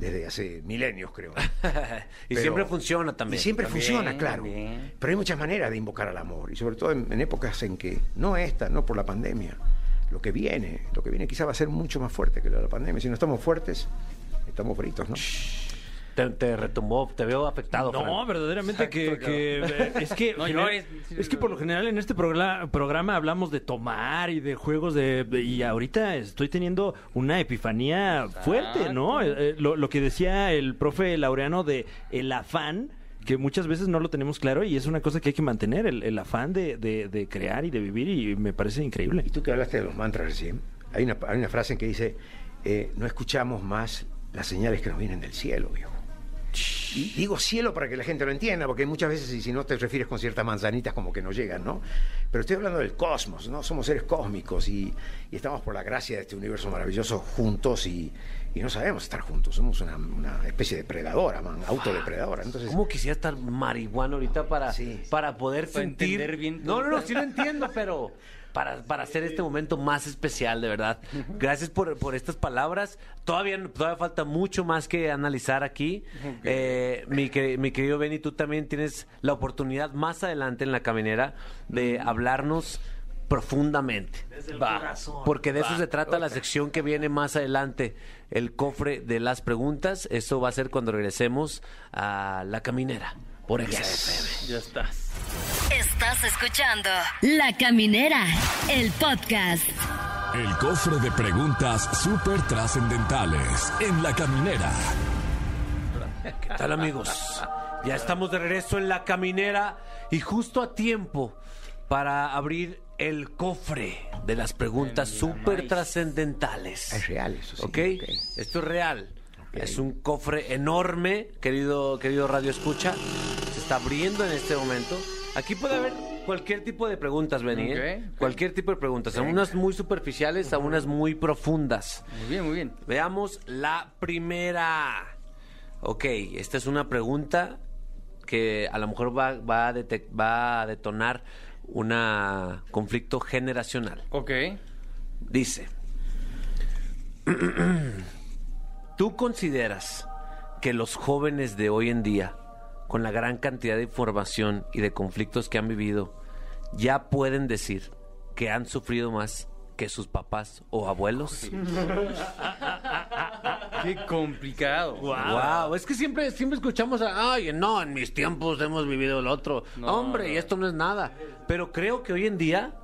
S3: desde hace milenios, creo.
S2: y
S3: Pero-
S2: siempre funciona también.
S3: Y siempre
S8: También,
S3: funciona, claro.
S8: también.
S3: Pero hay muchas maneras de invocar al amor, y sobre todo en, en épocas en que, no esta, no por la pandemia, lo que viene, lo que viene quizá va a ser mucho más fuerte que lo de la pandemia. Si no estamos fuertes, estamos fritos, ¿no?
S2: Te, te retumbó, te veo afectado.
S10: No,
S2: Fran.
S10: verdaderamente que, que, eh, es que
S8: No
S10: genera-
S8: llores.
S10: es que por lo general en este progla- programa hablamos de tomar y de juegos de y ahorita estoy teniendo una epifanía fuerte, ¿no? Eh, eh, lo, lo que decía el profe Laureano de el afán que muchas veces no lo tenemos claro y es una cosa que hay que mantener, el, el afán de, de- de crear y de vivir y me parece increíble.
S3: Y tú que hablaste de los mantras recién, hay una, hay una frase en que dice, eh, no escuchamos más las señales que nos vienen del cielo, viejo. Y digo cielo para que la gente lo entienda, porque muchas veces y si no te refieres con ciertas manzanitas como que no llegan, ¿no? Pero estoy hablando del cosmos, ¿no? Somos seres cósmicos y, y estamos por la gracia de este universo maravilloso juntos y, y no sabemos estar juntos, somos una, una especie de predadora, man, autodepredadora. Entonces,
S2: ¿Cómo quisiera estar marihuana ahorita para,
S3: Sí.
S2: para poder
S8: Para
S2: sentir?
S8: entender bien
S2: no,
S8: todo.
S2: no, no, sí lo entiendo, pero para, para hacer este momento más especial, de verdad. Gracias por, por estas palabras. Todavía, todavía falta mucho más que analizar aquí. Eh, mi, quer- mi querido Benny, tú también tienes la oportunidad más adelante en la caminera de hablarnos profundamente. Va. Porque de eso se trata la sección que viene más adelante, el cofre de las preguntas. Eso va a ser cuando regresemos a la caminera por Exa FM.
S11: Ya estás.
S12: Estás escuchando La Caminera, el podcast.
S1: El cofre de preguntas súper trascendentales en la caminera.
S2: ¿Qué tal amigos? Ya estamos de regreso en la caminera y justo a tiempo para abrir el cofre de las preguntas súper trascendentales.
S3: Es real eso, sí,
S2: ¿Ok?
S3: ok.
S2: Esto es real. Es un cofre enorme, querido, querido Radio Escucha. Se está abriendo en este momento. Aquí puede haber cualquier tipo de preguntas, Benny. ¿eh?
S8: Ok, ok.
S2: Cualquier tipo de preguntas. Algunas muy superficiales, algunas muy profundas.
S8: Muy bien, muy bien.
S2: Veamos la primera. Ok, esta es una pregunta que a lo mejor va, va, a, detec- va a detonar un conflicto generacional.
S8: Ok.
S2: Dice, ¿tú consideras que los jóvenes de hoy en día, con la gran cantidad de información y de conflictos que han vivido, ya pueden decir que han sufrido más que sus papás o abuelos?
S8: Qué complicado.
S2: Wow, es que siempre, siempre escuchamos, a, ay, no, en mis tiempos hemos vivido el otro.
S8: No,
S2: Hombre,
S8: no.
S2: y esto no es nada. Pero creo que hoy en día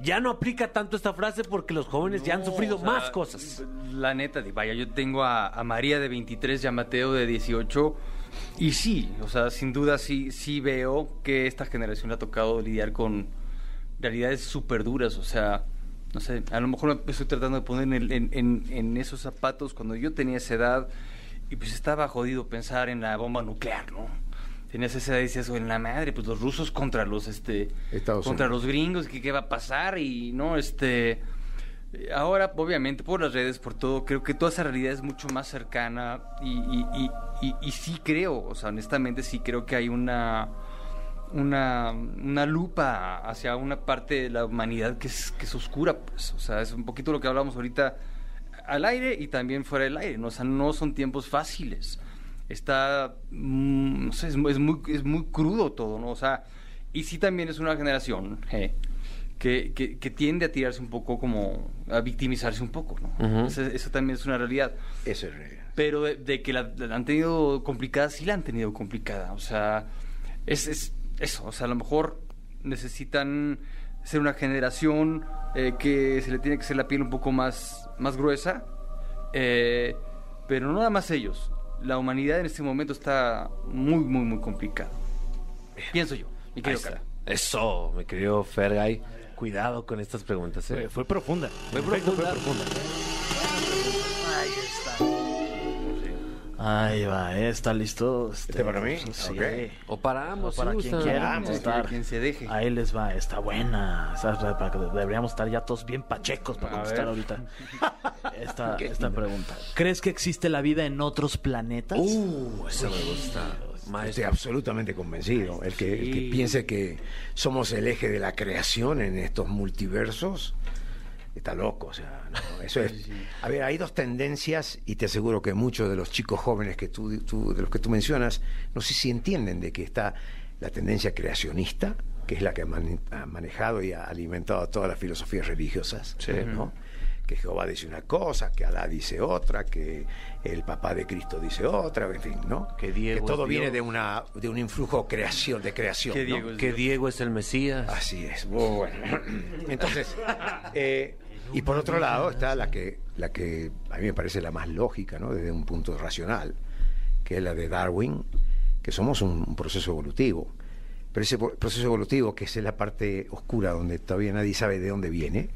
S2: ya no aplica tanto esta frase porque los jóvenes ya han sufrido
S8: o sea,
S2: más cosas.
S8: La neta, di, vaya, yo tengo a, a María de 23 y a Mateo de 18. Y sí, o sea, sin duda sí, sí veo que esta generación le ha tocado lidiar con realidades súper duras. O sea, no sé, a lo mejor me estoy tratando de poner en, el- en- en- en esos zapatos cuando yo tenía esa edad y pues estaba jodido pensar en la bomba nuclear, ¿no? Tenías esa edad y decías, en la madre, pues los rusos contra los, este,
S13: Oh,
S3: Estados
S8: contra
S3: Unidos.
S8: los gringos, que qué va a pasar y no, este... Eh, Ahora, obviamente, por las redes, por todo, creo que toda esa realidad es mucho más cercana y, y- y- y- y sí creo, o sea, honestamente sí creo que hay una, una, una lupa hacia una parte de la humanidad que es, que es oscura, pues, o sea, es un poquito lo que hablábamos ahorita al aire y también fuera del aire. ¿no? O sea, no son tiempos fáciles. Está, mm, no sé, es, mu- es muy, es muy crudo todo, ¿no? O sea, y sí también es una generación eh, que, que- que tiende a tirarse un poco como, a victimizarse un poco, ¿no? Ese- eso, también es una realidad.
S2: Eso es realidad.
S8: Pero de, de que la, la han tenido complicada, sí la han tenido complicada. O sea, es, es eso. O sea, a lo mejor necesitan ser una generación eh, que se le tiene que hacer la piel un poco más, más gruesa. eh, pero no nada más ellos. La humanidad en este momento está muy, muy, muy complicada. Pienso yo. mi
S13: Ahí
S8: querido
S13: está.
S8: Carlos.
S13: Eso, mi querido Fergay. Cuidado con estas preguntas. ¿eh?
S3: Fue, fue profunda.
S13: Fue
S3: En efecto,
S13: profunda.
S4: Ahí va, ¿eh? ¿Está listo?
S2: ¿Este para mí?
S4: Sí.
S2: Ok.
S13: O para ambos,
S4: O para
S13: si
S4: quien
S13: gustan.
S4: quiera.
S8: Vamos,
S4: estar.
S8: quien se deje.
S4: Ahí les va, está buena. Está- está- para que- Deberíamos estar ya todos bien pachecos para
S8: A
S4: contestar
S8: ver.
S4: ahorita esta, esta pregunta. ¿Crees que existe la vida en otros planetas?
S2: Uh, eso me gusta. Estoy absolutamente convencido. El que, el que piense que somos el eje de la creación en estos multiversos está loco. O sea, no, eso es. A ver, hay dos tendencias y te aseguro que muchos de los chicos jóvenes que tú, tú- de los que tú mencionas, no sé si entienden de que está la tendencia creacionista, que es la que ha, mane- ha manejado y ha alimentado a todas las filosofías religiosas, ¿no? que Jehová dice una cosa, que Alá dice otra, que el papá de Cristo dice otra, en fin, ¿no?
S13: Que Diego
S2: todo
S13: es
S2: viene
S13: Dios.
S2: de una de un influjo creación de creación,
S8: Que
S2: ¿no?
S8: Diego es
S13: Que
S8: Dios.
S13: Diego es el Mesías.
S2: Así es. Bueno. Entonces, eh, y por otro lado está la que, la que a mí me parece la más lógica, ¿no? Desde un punto racional, que es la de Darwin, que somos un, un proceso evolutivo. Pero ese po- proceso evolutivo, que es la parte oscura donde todavía nadie sabe de dónde viene,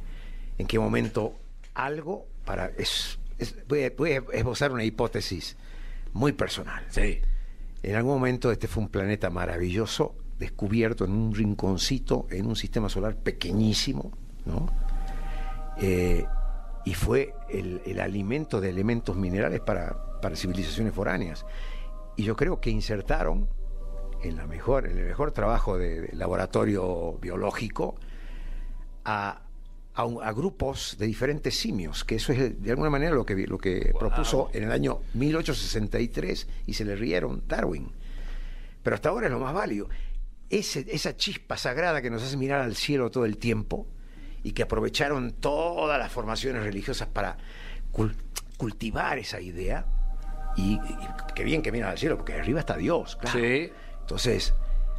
S2: en qué momento algo para. Es, es- voy, a, voy a esbozar una hipótesis muy personal.
S13: Sí.
S2: En algún momento este fue un planeta maravilloso, descubierto en un rinconcito, en un sistema solar pequeñísimo, ¿no? Eh, y fue el, el alimento de elementos minerales para, para civilizaciones foráneas. Y yo creo que insertaron en, la mejor, en el mejor trabajo de, de laboratorio biológico a, a un- a grupos de diferentes simios, que eso es de alguna manera lo que, vi- lo que propuso en el año 1863 y se le rieron Darwin. Pero hasta ahora es lo más válido. Ese- esa chispa sagrada que nos hace mirar al cielo todo el tiempo y que aprovecharon todas las formaciones religiosas para cul- cultivar esa idea. Y, y qué bien que miran al cielo, porque arriba está Dios, claro.
S13: Sí.
S2: Entonces,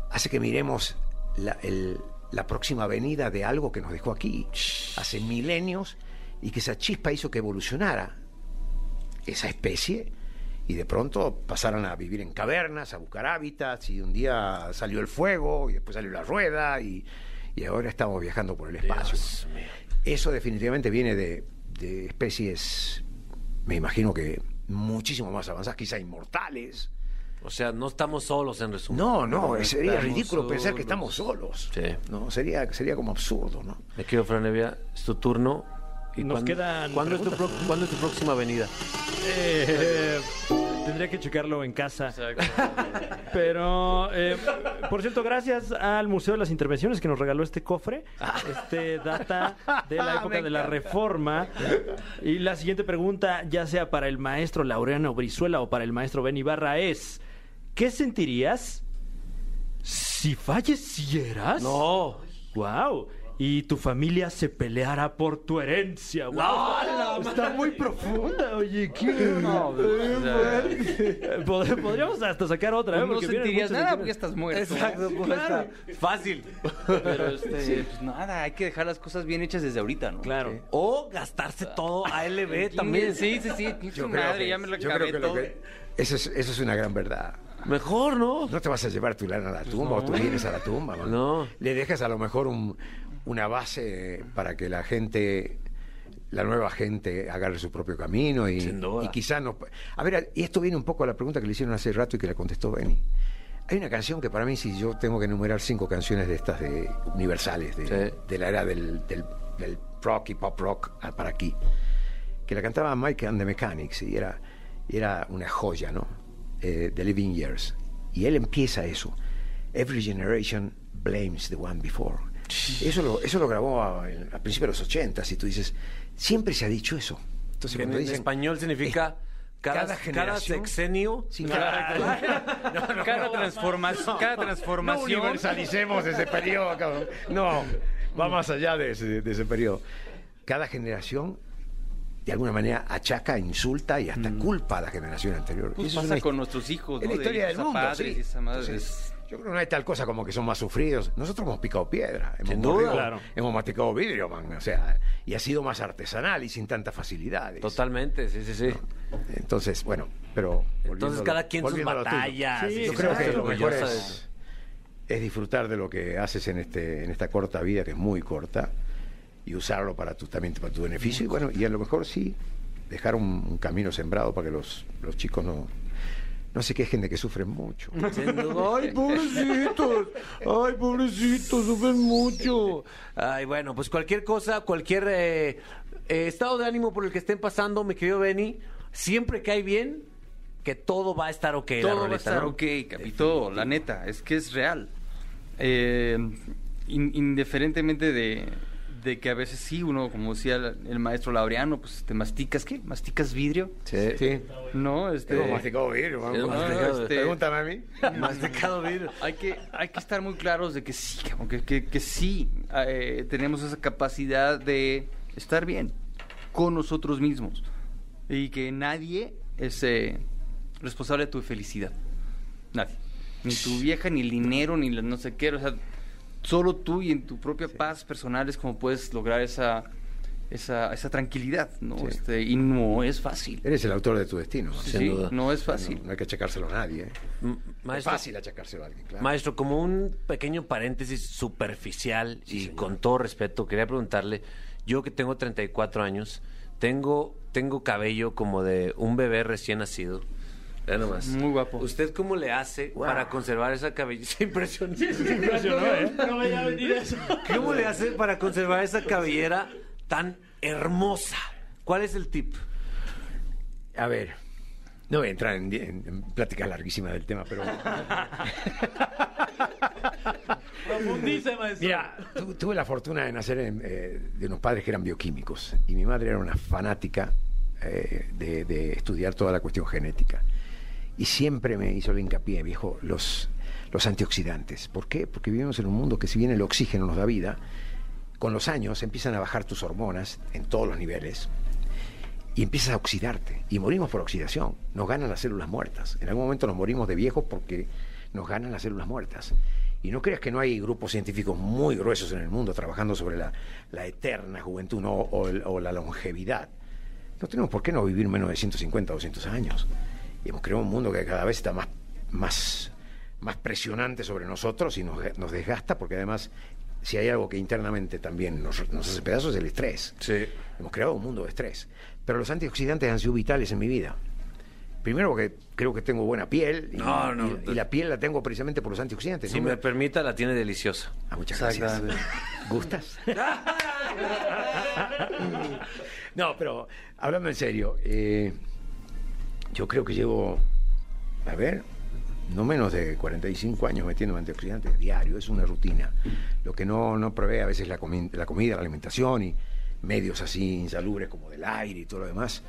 S2: hace que miremos la, el- la próxima venida de algo que nos dejó aquí hace milenios y que esa chispa hizo que evolucionara esa especie y de pronto pasaron a vivir en cavernas, a buscar hábitats y un día salió el fuego y después salió la rueda y, y ahora estamos viajando por el espacio. Eso definitivamente viene de, de especies, me imagino que muchísimo más avanzadas, quizá inmortales.
S13: O sea, no estamos solos en resumen.
S2: No, no, sería
S8: estamos
S2: ridículo pensar que estamos
S8: solos.
S2: solos.
S13: Sí.
S2: No, sería, sería como absurdo, ¿no?
S13: Me quedo, Franevia, es tu turno. ¿Y
S3: Nos
S13: cuándo-
S3: quedan
S13: ¿cuándo es, tu
S3: preguntas.
S13: pro- cuándo es tu próxima venida?
S3: Eh, tendría que checarlo en casa. Pero, eh, por cierto, gracias al Museo de las Intervenciones que nos regaló este cofre. Este data de la época de la Reforma. Y la siguiente pregunta, ya sea para el maestro Laureano Brizuela o para el maestro Ben Ibarra, es: ¿Qué sentirías si fallecieras?
S13: No.
S3: ¡Wow! Y tu familia se peleara por tu herencia. ¡Wow! Está muy profunda, oye. ¿Qué?
S8: No, o sea,
S3: Eh, pod- Podríamos hasta sacar otra, ¿eh?
S8: no
S3: Porque vienen
S8: sentirías
S3: muchas
S8: nada
S3: secciones.
S8: porque estás muerto.
S13: Exacto, pues,
S8: Claro.
S13: está Fácil.
S8: Pero este, pues nada, hay que dejar las cosas bien hechas desde ahorita, ¿no?
S3: Claro.
S13: O gastarse todo a LB también.
S8: Sí, sí, sí. pinche
S2: Yo creo
S8: madre,
S2: que-
S8: ya me lo
S2: yo
S8: acabé
S2: creo que lo
S8: todo.
S2: que- eso, es, eso es una gran verdad.
S13: Mejor, ¿no?
S2: No te vas a llevar tu lana a
S8: Pues
S2: la tumba
S8: ¿eh?
S2: o tú vienes a la tumba. ¿no?
S13: No.
S2: Le dejas a lo mejor un- una base para que la gente, la nueva gente, agarre su propio camino y,
S13: Sin duda.
S2: y quizá no. A ver, y esto viene un poco a la pregunta que le hicieron hace rato y que la contestó Benny. Hay una canción que para mí, si yo tengo que enumerar cinco canciones de estas de universales, de,
S13: Sí.
S2: de la era del, del- del rock y pop rock ah, para aquí, que la cantaba Mike and the Mechanics y era, y era una joya, ¿no? Eh, the Living Years. Y él empieza eso. Every generation blames the one before. Eso lo, eso lo grabó a, a principios de los 80 y tú dices, siempre se ha dicho eso.
S3: Entonces,
S2: Que en,
S3: cuando
S2: en
S3: dicen,
S2: español significa eh, cada,
S3: cada
S2: cada,
S3: generación-
S2: sexenio.
S3: Sí,
S2: cada,
S8: cada, transforma- cada
S3: No
S8: transformación.
S3: universalicemos ese periodo, cabrón. No, va más allá de ese, de ese periodo. Cada generación, de alguna manera, achaca, insulta y hasta culpa a la generación anterior.
S8: Mm. Pues
S3: Eso es
S8: pasa
S3: una
S8: con nuestros hijos, ¿no?
S3: Es la
S8: De
S3: historia del
S8: hijos a
S3: mundo,
S8: padres
S3: sí.
S8: y esa madre
S3: Entonces, yo creo que no hay tal cosa como que son más sufridos. Nosotros hemos picado piedra, hemos,
S2: Sin duda.
S3: mordido-
S2: Claro.
S3: hemos masticado vidrio, man. O sea, y ha sido más artesanal y sin tantas facilidades.
S2: Totalmente, sí, sí, sí.
S3: Entonces, bueno, pero. volviendo a lo-
S2: cada quien sus
S3: volviendo a lo tuyo.
S2: batallas.
S3: Sí,
S2: Sí,
S3: yo
S2: sí,
S3: creo
S2: sí,
S3: que
S2: sí,
S3: lo mejor
S2: orgullosa
S3: es, es disfrutar de lo que haces en, este, en esta corta vida, que es muy corta, y usarlo para tu, también para tu beneficio. Y bueno, y a lo mejor sí, dejar un, un camino sembrado para que los, los chicos no. No se quejen de que sufren mucho.
S2: Sin duda. Ay, pobrecitos. Ay, pobrecitos, sufren mucho. Ay, bueno, pues cualquier cosa, cualquier eh, eh, estado de ánimo por el que estén pasando, mi querido Benny, siempre que hay bien, que todo va a estar ok. la
S8: todo va a
S2: roleta,
S8: estar
S2: ¿no?
S8: ok, Capito, la neta, es que es real. Eh, in- indiferentemente de, de que a veces sí, uno, como decía el, el maestro Laureano, pues te masticas, ¿qué? ¿Masticas vidrio?
S2: pues,
S3: Eh, Sí.
S8: No,
S2: Eh,
S8: este...
S3: Hemos masticado vidrio, vamos.
S8: No,
S2: masticado,
S8: este,
S3: Pregúntame a mí.
S2: Masticado vidrio.
S8: Hay que, hay que estar muy claros de que sí, cabrón, que, que- que sí eh, tenemos esa capacidad de estar bien con nosotros mismos y que nadie es eh, responsable de tu felicidad. Nadie. Ni tu vieja, ni el dinero, ni la no sé qué. O sea, solo tú y en tu propia paz personal es como puedes lograr esa, esa, esa tranquilidad, ¿no?
S3: Sí.
S8: Este, y no es fácil.
S3: Eres el autor de tu destino. man.
S8: Sí, no es fácil.
S3: No, no hay que achacárselo a nadie. ¿eh?
S2: M-
S3: Es
S2: Maestro,
S3: fácil achacárselo a alguien, claro.
S2: Maestro, como un pequeño paréntesis superficial y con todo respeto, quería preguntarle, yo que tengo 34 años, tengo, tengo cabello como de un bebé recién nacido. Vea nomás.
S8: Muy guapo.
S2: ¿Usted cómo le hace para conservar esa cabellera? Impresionante.
S14: No me a venir eso.
S2: ¿Cómo le hace para conservar esa cabellera tan hermosa? ¿Cuál es el tip?
S3: A ver, no voy a entrar en, en- en pláticas larguísimas del tema, pero
S14: Profundice, maestro.
S3: mira, tu- tuve la fortuna de nacer en, eh, de unos padres que eran bioquímicos y mi madre era una fanática eh, de, de estudiar toda la cuestión genética. Y siempre me hizo el hincapié, viejo, los, los antioxidantes. ¿Por qué? Porque vivimos en un mundo que si bien el oxígeno nos da vida, con los años empiezan a bajar tus hormonas en todos los niveles, y empiezas a oxidarte. Y morimos por oxidación. Nos ganan las células muertas. En algún momento nos morimos de viejos porque nos ganan las células muertas. Y no creas que no hay grupos científicos muy gruesos en el mundo trabajando sobre la, la eterna juventud ¿no? o, el- o la longevidad. No tenemos por qué no vivir menos de 150 o 200 años. Y hemos creado un mundo que cada vez está más, más, más presionante sobre nosotros y nos, nos desgasta porque además si hay algo que internamente también nos, nos hace pedazos es el estrés.
S2: Sí.
S3: Hemos creado un mundo de estrés. Pero los antioxidantes han sido vitales en mi vida. Primero porque creo que tengo buena piel. Y,
S2: No, no.
S3: y- y la piel la tengo precisamente por los antioxidantes.
S2: Si
S3: No
S2: me
S3: me-
S2: permita, la tiene deliciosa.
S3: Ah, muchas gracias.
S8: Exactamente.
S3: ¿Gustas? no, pero hablando en serio, eh, yo creo que llevo, a ver, no menos de 45 años metiendo antioxidantes diario, es una rutina. Lo que no, no provee a veces la, comi- la comida, la alimentación y medios así insalubres como del aire y todo lo demás.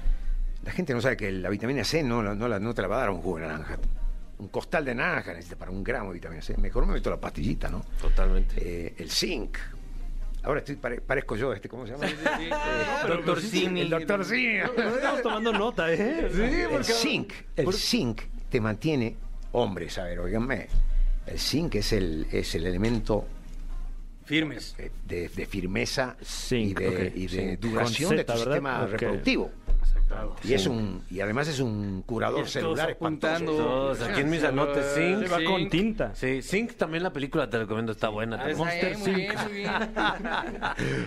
S3: La gente no sabe que la vitamina C no, la- no, la- no te la va a dar un jugo de naranja. Un costal de naranja necesita para un gramo de vitamina C. Mejor me meto la pastillita, ¿no?
S2: Totalmente.
S3: eh, el zinc. Ahora estoy, pare- parezco yo, este, ¿cómo se llama?
S8: Doctor Simi.
S3: El doctor zinc.
S15: Estamos tomando nota, ¿eh?
S3: El zinc, el zinc te mantiene, hombres, a ver, oiganme, el zinc es el, es el elemento
S8: Firmes.
S3: eh, de, de firmeza
S15: Zinc,
S3: y de,
S15: ok.
S3: y de
S15: Zinc.
S3: duración
S15: Con
S3: de tu
S15: Z, ¿verdad?
S3: sistema
S15: Ok.
S3: reproductivo. Y, es un, y además es un curador celular espantoso.
S2: Todos, aquí en mis anotes,
S8: Sí,
S2: zinc.
S15: Va con tinta.
S2: Sí, Zinc también la película te recomiendo, está buena.
S8: Ah,
S2: también.
S8: está bien, muy bien, muy bien.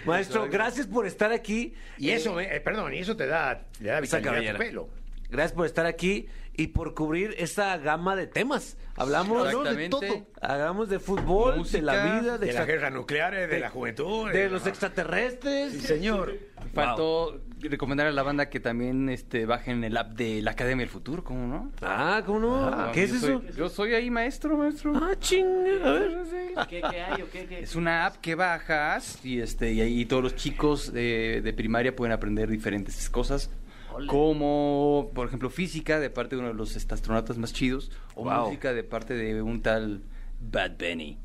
S2: Maestro, gracias por estar aquí.
S3: Y eso, me- eh, perdón, y eso te da, le da
S2: Esa
S3: vitalidad a
S2: cabellera.
S3: tu pelo.
S2: Gracias por estar aquí y por cubrir esa gama de temas. Hablamos, hablamos de
S8: Exactamente.
S2: todo. Hablamos de fútbol, de la
S8: Música,
S2: vida, de,
S3: De las
S2: extra-
S3: guerras nucleares, eh, de la juventud. eh,
S2: de los extraterrestres.
S3: Sí, señor.
S8: Faltó recomendar a la banda que también este, bajen el app de la Academia del Futuro, ¿cómo no?
S2: Ah, ¿cómo no?
S8: Ah,
S2: ¿Qué es
S8: yo
S2: eso?
S8: soy- yo soy ahí maestro, maestro.
S2: Ah, chinga. A ver.
S14: ¿Qué, qué hay o qué, qué?
S8: Es una app que bajas y este y ahí todos los chicos eh, de primaria pueden aprender diferentes cosas. como, por ejemplo, física de parte de uno de los astronautas más chidos, o
S2: Wow.
S8: música de parte de un tal Bad Bunny.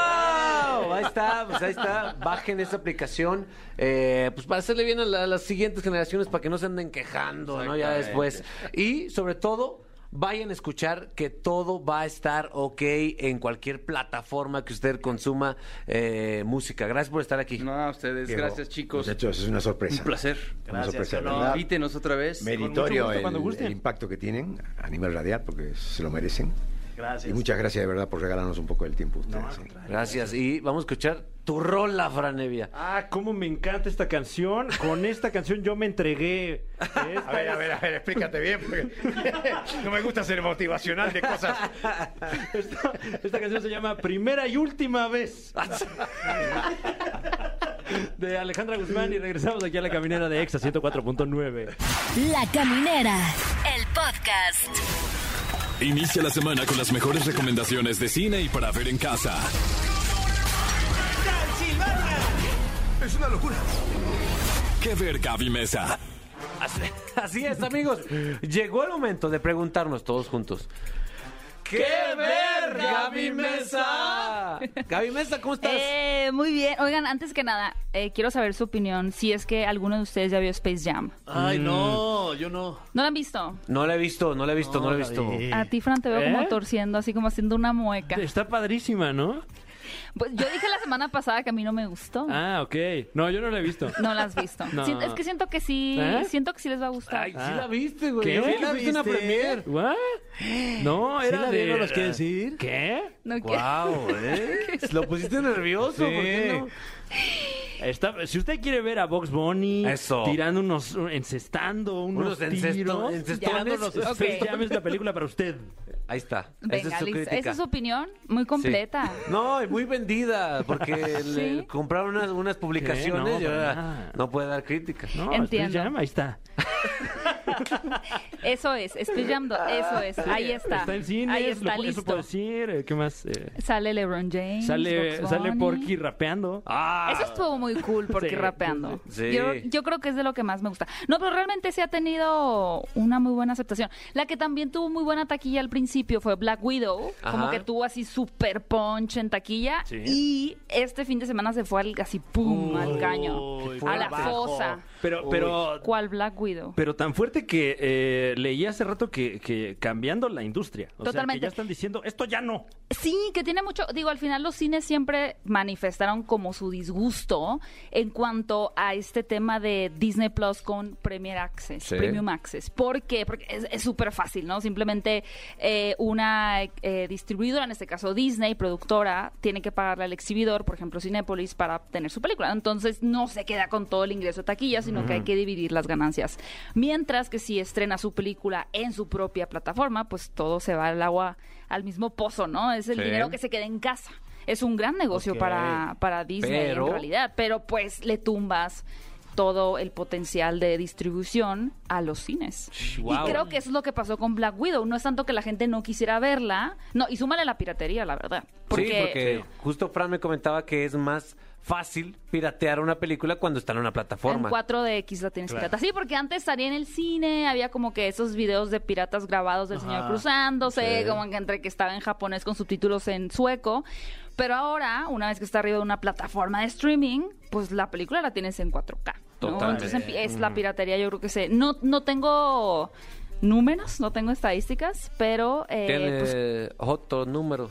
S2: ¡Wow! Ahí está, pues ahí está. Bajen esa aplicación, eh, pues para hacerle bien a, la- a las siguientes generaciones, para que no se anden quejando, ¿no? Ya después. Y sobre todo, vayan a escuchar que todo va a estar ok en cualquier plataforma que usted consuma eh, música. Gracias por estar aquí.
S8: No, a ustedes,
S16: Diego,
S8: gracias chicos.
S16: Muchachos, es una sorpresa.
S8: Un placer.
S16: Una sorpresa,
S4: qué honor.
S16: ¿verdad?
S8: Invítenos otra vez.
S16: Meritorio
S3: gusto,
S16: el-
S3: cuando
S16: el,
S3: gusten.
S16: impacto que tienen a nivel radial, porque se lo merecen.
S4: Gracias.
S16: Y muchas gracias de verdad por regalarnos un poco del tiempo a ustedes. ¿eh?
S2: Gracias. Y vamos a escuchar tu rola, Franevia.
S3: Ah, cómo me encanta esta canción. Con esta canción yo me entregué. Esta
S16: A ver,
S3: es-
S16: a ver, a ver, explícate bien, porque no me gusta ser motivacional de cosas.
S3: Esta, esta canción se llama Primera y Última Vez. De Alejandra Guzmán y regresamos aquí a la caminera de Exa 104.9.
S5: La Caminera, el podcast.
S1: Inicia la semana con las mejores recomendaciones de cine y para ver en casa.
S16: Es una locura.
S1: ¿Qué ver, Gaby Mesa?
S2: Así, así es, amigos. Llegó el momento de preguntarnos todos juntos. ¡Qué ver, Gaby Mesa! Gaby Mesa, ¿cómo estás?
S12: Eh, muy bien. Oigan, antes que nada, eh, quiero saber su opinión. Si es que alguno de ustedes ya vio Space Jam.
S4: Ay, no, yo no.
S12: ¿No la han visto?
S2: No la he visto, no la he visto, no, la he visto.
S12: A ti, Fran, te veo
S3: ¿Eh?
S12: como torciendo, así como haciendo una mueca.
S3: Está padrísima, ¿no?
S12: Pues yo dije la semana pasada que a mí no me gustó.
S3: Ah, ok. No, yo no la he visto.
S12: No la has visto.
S3: No.
S12: Si- Es que siento que sí,
S3: ¿Eh?
S12: siento que sí les va a gustar.
S2: Ay, sí la viste, güey.
S3: Ah, ¿Qué?
S2: Sí la viste en la
S4: ¿Viste?
S2: premier.
S3: ¿What? No, era
S4: la vi,
S3: de...
S4: no los quiere decir.
S3: ¿Qué?
S12: ¿No qué?
S2: Wow, ¿eh? Lo pusiste nervioso, ¿por qué no?
S3: Está- si usted quiere ver a Box Bunny
S2: Eso.
S3: tirando unos, encestando unos,
S2: Unos encesto-
S3: tiros,
S2: encestones.
S3: Space
S12: Ok.
S3: Jam es la película para usted.
S2: Ahí está.
S12: Venga,
S2: Esa es su
S12: listo.
S2: crítica.
S12: Esa es su opinión muy
S2: Sí.
S12: completa.
S2: No, y muy vendida, porque le
S12: ¿Sí?
S2: compraron unas, unas publicaciones
S3: No,
S2: y ahora
S3: para nada.
S2: no puede dar crítica.
S3: No, Space
S12: Entiendo.
S3: Jam, ahí está.
S12: Eso es, estoy llamando, eso es. Ahí está.
S3: Ah, Está en cines,
S12: Ahí
S3: lo
S12: está,
S3: pu- eso
S12: listo.
S3: puedo decir. eh, ¿Qué más? Eh,
S12: Sale LeBron James.
S3: sale,
S12: Bugs
S3: sale
S12: Bunny.
S3: Porky rapeando.
S2: Ah,
S12: Eso estuvo muy cool porque
S3: Sí,
S12: rapeando.
S2: sí.
S12: Yo, yo creo que es de lo que más me gusta. No, pero realmente sí ha tenido una muy buena aceptación. La que también tuvo muy buena taquilla al principio fue Black Widow,
S2: Ajá.
S12: como que tuvo así super punch en taquilla
S3: Sí.
S12: y este fin de semana se fue al, así pum al caño,
S3: Uy,
S12: a la
S3: fuerte.
S12: fosa.
S3: Pero, pero,
S12: ¿Cuál Black Widow?
S3: pero tan fuerte que eh, leí hace rato que, que cambiando la industria. O Sea, que
S12: Totalmente.
S3: ya están diciendo, esto ya no.
S12: Sí, que tiene mucho. Digo, al final los cines siempre manifestaron como su disgusto en cuanto a este tema de Disney Plus con Premier Access,
S2: Sí.
S12: Premium Access. ¿Por qué? Porque es- es súper fácil, ¿no? Simplemente eh, una eh, distribuidora, en este caso Disney, productora, tiene que pagarle al exhibidor, por ejemplo Cinépolis, para tener su película. Entonces no se queda con todo el ingreso de taquilla, sino que hay que dividir las ganancias. Mientras que si estrena su película en su propia plataforma, pues todo se va al agua, al mismo pozo, ¿no? Es el
S2: Sí.
S12: dinero que se queda en casa. Es un gran negocio
S3: Ok.
S12: para, para Disney
S2: Pero-
S12: en realidad, pero pues le tumbas todo el potencial de distribución a los cines.
S2: wow.
S12: Y creo que eso es lo que pasó con Black Widow. No es tanto que la gente no quisiera verla. No, y súmale la piratería, la verdad. Porque,
S2: Sí, porque justo Fran me comentaba que es más fácil piratear una película cuando está en una plataforma.
S12: En 4DX la tienes pirata. Sí, porque antes salía en el cine, había como que esos videos de piratas grabados del señor cruzándose, como que entre que estaba en japonés con subtítulos en sueco. Pero ahora, una vez que está arriba de una plataforma de streaming, pues la película la tienes en 4K. ¿no?
S2: Totalmente.
S12: Entonces empie- es la piratería, yo creo que sé. No, no tengo números, no tengo estadísticas, pero eh,
S2: Tiene
S12: pues,
S2: otro número.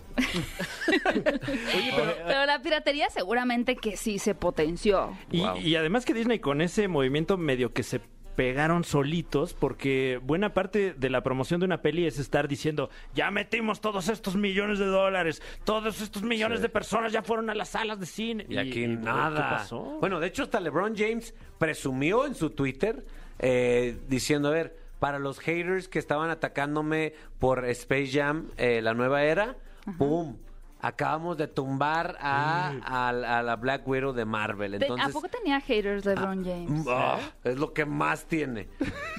S12: pero la piratería seguramente que sí se potenció.
S3: Y,
S2: Wow.
S3: y además que Disney con ese movimiento medio que se pegaron solitos porque buena parte de la promoción de una peli es estar diciendo ya metimos todos estos millones de dólares todos estos millones de personas ya fueron a las salas de cine
S2: Y aquí
S3: ¿qué
S2: nada.
S3: pasó?
S2: Bueno, de hecho, hasta LeBron James presumió en su Twitter eh, diciendo: A ver, para los haters que estaban atacándome por Space Jam, eh, la nueva era, ¡pum! Acabamos de tumbar a, a- a la Black Widow de Marvel.
S12: Te-
S2: Entonces,
S12: ¿A poco tenía haters LeBron James?
S2: ah, es lo que más tiene.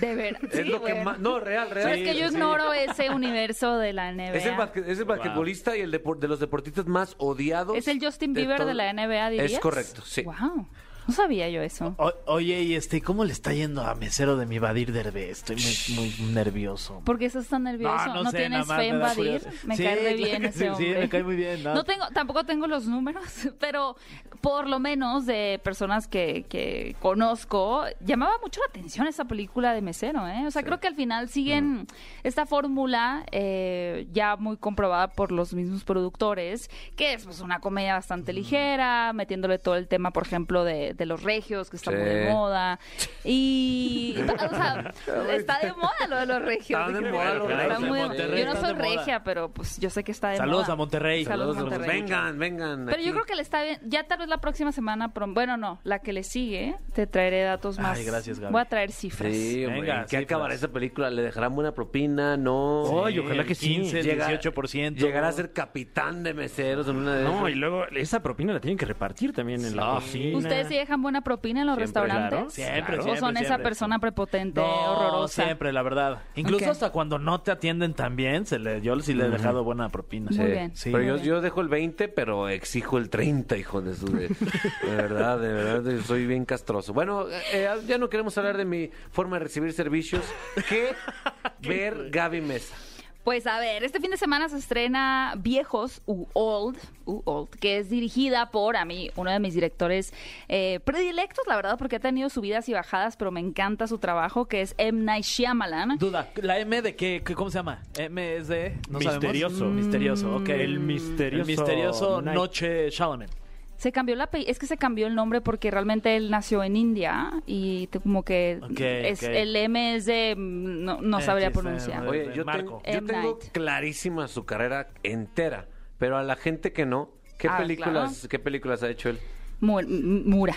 S12: De verdad.
S2: es lo que más. No, real, real.
S12: es que yo
S2: Sí.
S12: ignoro ese universo de la NBA.
S2: Es el, basque- es el basquetbolista y el depor- de los deportistas más odiados.
S12: Es el Justin Bieber de la NBA,
S2: Es
S12: dirías.
S2: correcto, sí.
S12: Wow. No sabía yo eso.
S4: O- oye, y este, ¿cómo le está yendo a mesero de mi Badir Derbe? Estoy muy, muy nervioso.
S12: ¿Por qué estás tan nervioso? ¿No,
S4: sé,
S12: tienes
S4: nada más
S12: fe en
S4: me da
S12: Badir?
S4: curiosidad.
S12: Me
S4: Sí,
S12: cae re
S4: claro
S12: bien
S4: que sí,
S12: ese hombre.
S4: Sí, me cae muy bien.
S12: No tengo, tampoco tengo los números, pero por lo menos de personas que, que conozco, llamaba mucho la atención esa película de mesero, ¿eh? O sea, creo que al final siguen esta fórmula eh, ya muy comprobada por los mismos productores, que es pues, una comedia bastante ligera, metiéndole todo el tema, por ejemplo, de, de los regios, que está muy de
S2: Sí.
S12: moda. Y, o sea, está de moda lo de los regios.
S2: Está de
S12: creo
S2: moda
S12: que
S2: lo de
S12: está
S2: los
S12: muy-
S4: regios.
S12: Yo no soy
S4: Están de moda.
S12: regia, pero pues yo sé que está de
S4: Saludos
S12: moda.
S4: a Monterrey.
S12: Saludos,
S2: Saludos,
S12: Monterrey.
S2: Vengan, vengan.
S12: Pero yo
S2: aquí.
S12: creo que le está bien. Ya tal vez la próxima semana, pero bueno, no, la que le sigue, te traeré datos más.
S4: Ay, gracias, Gaby.
S12: Voy a traer cifras.
S2: Sí, hombre,
S4: Venga,
S2: ¿en ¿Qué
S4: sí,
S2: acabará
S4: Fras.
S2: esa película? ¿Le dejarán buena propina? No.
S3: Ay, ojalá que sí.
S4: 15, el
S2: Llega-
S4: 18%.
S2: Llegará a ser capitán de meseros en una de
S3: No,
S2: esas.
S3: y luego esa propina la tienen que repartir también en la cocina.
S12: ¿Ustedes sí dejan buena propina en los
S3: Siempre, claro.
S12: restaurantes?
S4: Siempre,
S12: ¿O
S4: siempre,
S12: son esa
S4: siempre.
S12: persona prepotente,
S4: No,
S12: horrorosa?
S4: siempre, la verdad. Incluso
S12: Ok.
S4: hasta cuando no te atienden tan bien, se le, yo sí le he dejado buena propina.
S12: Muy Sí. bien.
S4: Sí.
S2: pero
S12: muy
S2: yo,
S12: bien.
S2: yo dejo el 20, pero exijo el 30, hijo de su... De, de verdad, de verdad, yo soy bien castroso. Bueno, eh, eh, ya no queremos hablar de mi forma de recibir servicios que ver Gaby Mesa.
S12: Pues a ver, este fin de semana se estrena Viejos u Old, u Old, que es dirigida por a mí, uno de mis directores eh, predilectos, la verdad, porque ha tenido subidas y bajadas, pero me encanta su trabajo, que es M. Night Shyamalan.
S4: Duda, ¿la M de qué? qué- ¿Cómo se llama? M es de... No sabemos. Mm.
S3: Misterioso.
S4: Misterioso, ok.
S3: El misterioso
S4: El misterioso
S3: Night-
S4: Noche Shalaman.
S12: Se cambió la es que se cambió el nombre porque realmente él nació en India y te- como que
S4: Ok,
S12: es,
S4: ok.
S12: el M es de mm, no, no
S4: Eh,
S12: sabría
S4: sí, está
S12: pronunciar.
S4: mal.
S2: Oye, yo,
S4: Marco.
S2: tengo- yo
S12: M.
S2: tengo
S12: Night.
S2: clarísima su carrera entera, pero a la gente que no, ¿qué,
S12: Ah,
S2: películas, ¿qué películas ha hecho él?
S12: Mu- m- Mura.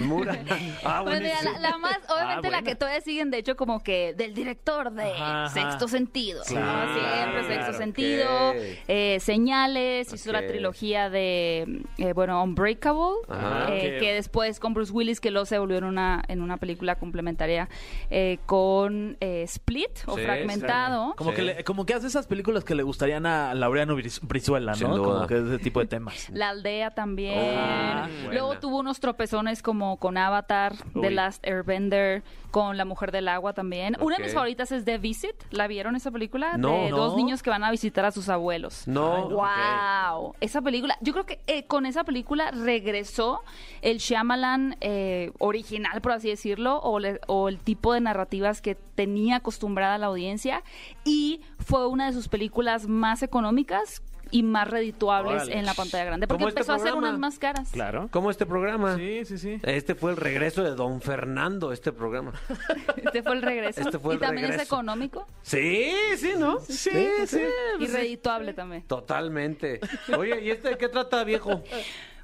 S2: Mura. Ah,
S12: Bueno, ya la,
S2: buenísimo.
S12: la más, obviamente la
S3: buena.
S12: que todavía siguen, de hecho, como que del director de
S4: Ajá, ajá.
S12: Sexto Sentido. ¿no?
S2: Claro,
S12: Siempre Sexto
S2: claro,
S12: Sentido,
S2: ok.
S12: eh, Señales, hizo la
S2: Ok.
S12: trilogía de, eh, bueno, Unbreakable,
S2: Ajá. Ah,
S12: eh,
S3: Ok.
S12: que después con Bruce Willis, que luego se volvió en una, en una película complementaria eh, con eh, Split o
S2: Sí,
S12: Fragmentado.
S4: Como,
S2: Sí.
S4: que le- como que hace esas películas que le gustarían a Laureano Briz- Brizuela, ¿no?
S2: Sin duda.
S4: Como que ese tipo de temas.
S12: La aldea también.
S2: Ah,
S12: Luego
S2: buena.
S12: tuvo unos tropezones como con Avatar, The
S3: Uy.
S12: Last Airbender, con La Mujer del Agua también. Una de mis
S2: Ok.
S12: favoritas es The Visit. ¿La vieron esa película?
S2: No.
S12: de
S2: No.
S12: dos niños que van a visitar a sus abuelos.
S2: No. Ay, no.
S12: Wow. Esa película, yo creo que eh, con esa película regresó el Shyamalan eh, original, por así decirlo, o, le- o el tipo de narrativas que tenía acostumbrada la audiencia y fue una de sus películas más económicas y más redituables
S3: Órale.
S12: en la pantalla grande. Porque
S2: Como este
S12: empezó a hacer
S2: programa.
S12: unas más caras.
S3: Claro.
S2: ¿Cómo este programa?
S4: Sí, sí, sí.
S2: Este fue el regreso de Don Fernando, este programa.
S12: Este fue el regreso.
S2: Este fue
S12: y
S2: el
S12: también es
S2: regreso.
S12: económico
S2: Sí, sí, ¿no? Sí, sí.
S12: y redituable también.
S2: Totalmente. Oye, ¿y este de qué trata, viejo?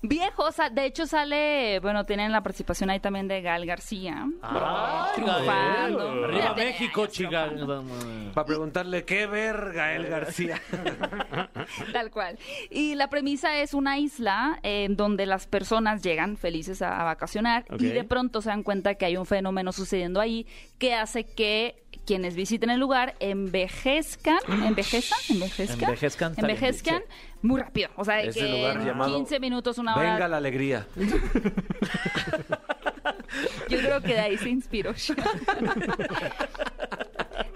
S12: Viejo, o sea, de hecho sale, bueno, tienen la participación ahí también de Gal García.
S2: Ah,
S12: Triunfando.
S4: Arriba
S12: Ya tiene
S4: México,
S12: años
S4: chica.
S2: Para preguntarle, ¿qué verga el García?
S12: Tal cual. Y la premisa es una isla en donde las personas llegan felices a, a vacacionar y
S3: Ok.
S12: de pronto se dan cuenta que hay un fenómeno sucediendo ahí que hace que quienes visiten el lugar envejezcan, envejezcan, envejezcan,
S4: Envejezcan, está bien
S12: envejezcan muy rápido. O sea,
S2: Ese
S12: que
S2: lugar
S12: en
S2: llamado
S12: 15 minutos, una hora.
S2: Venga la alegría.
S12: Yo creo que de ahí se inspiró. Pero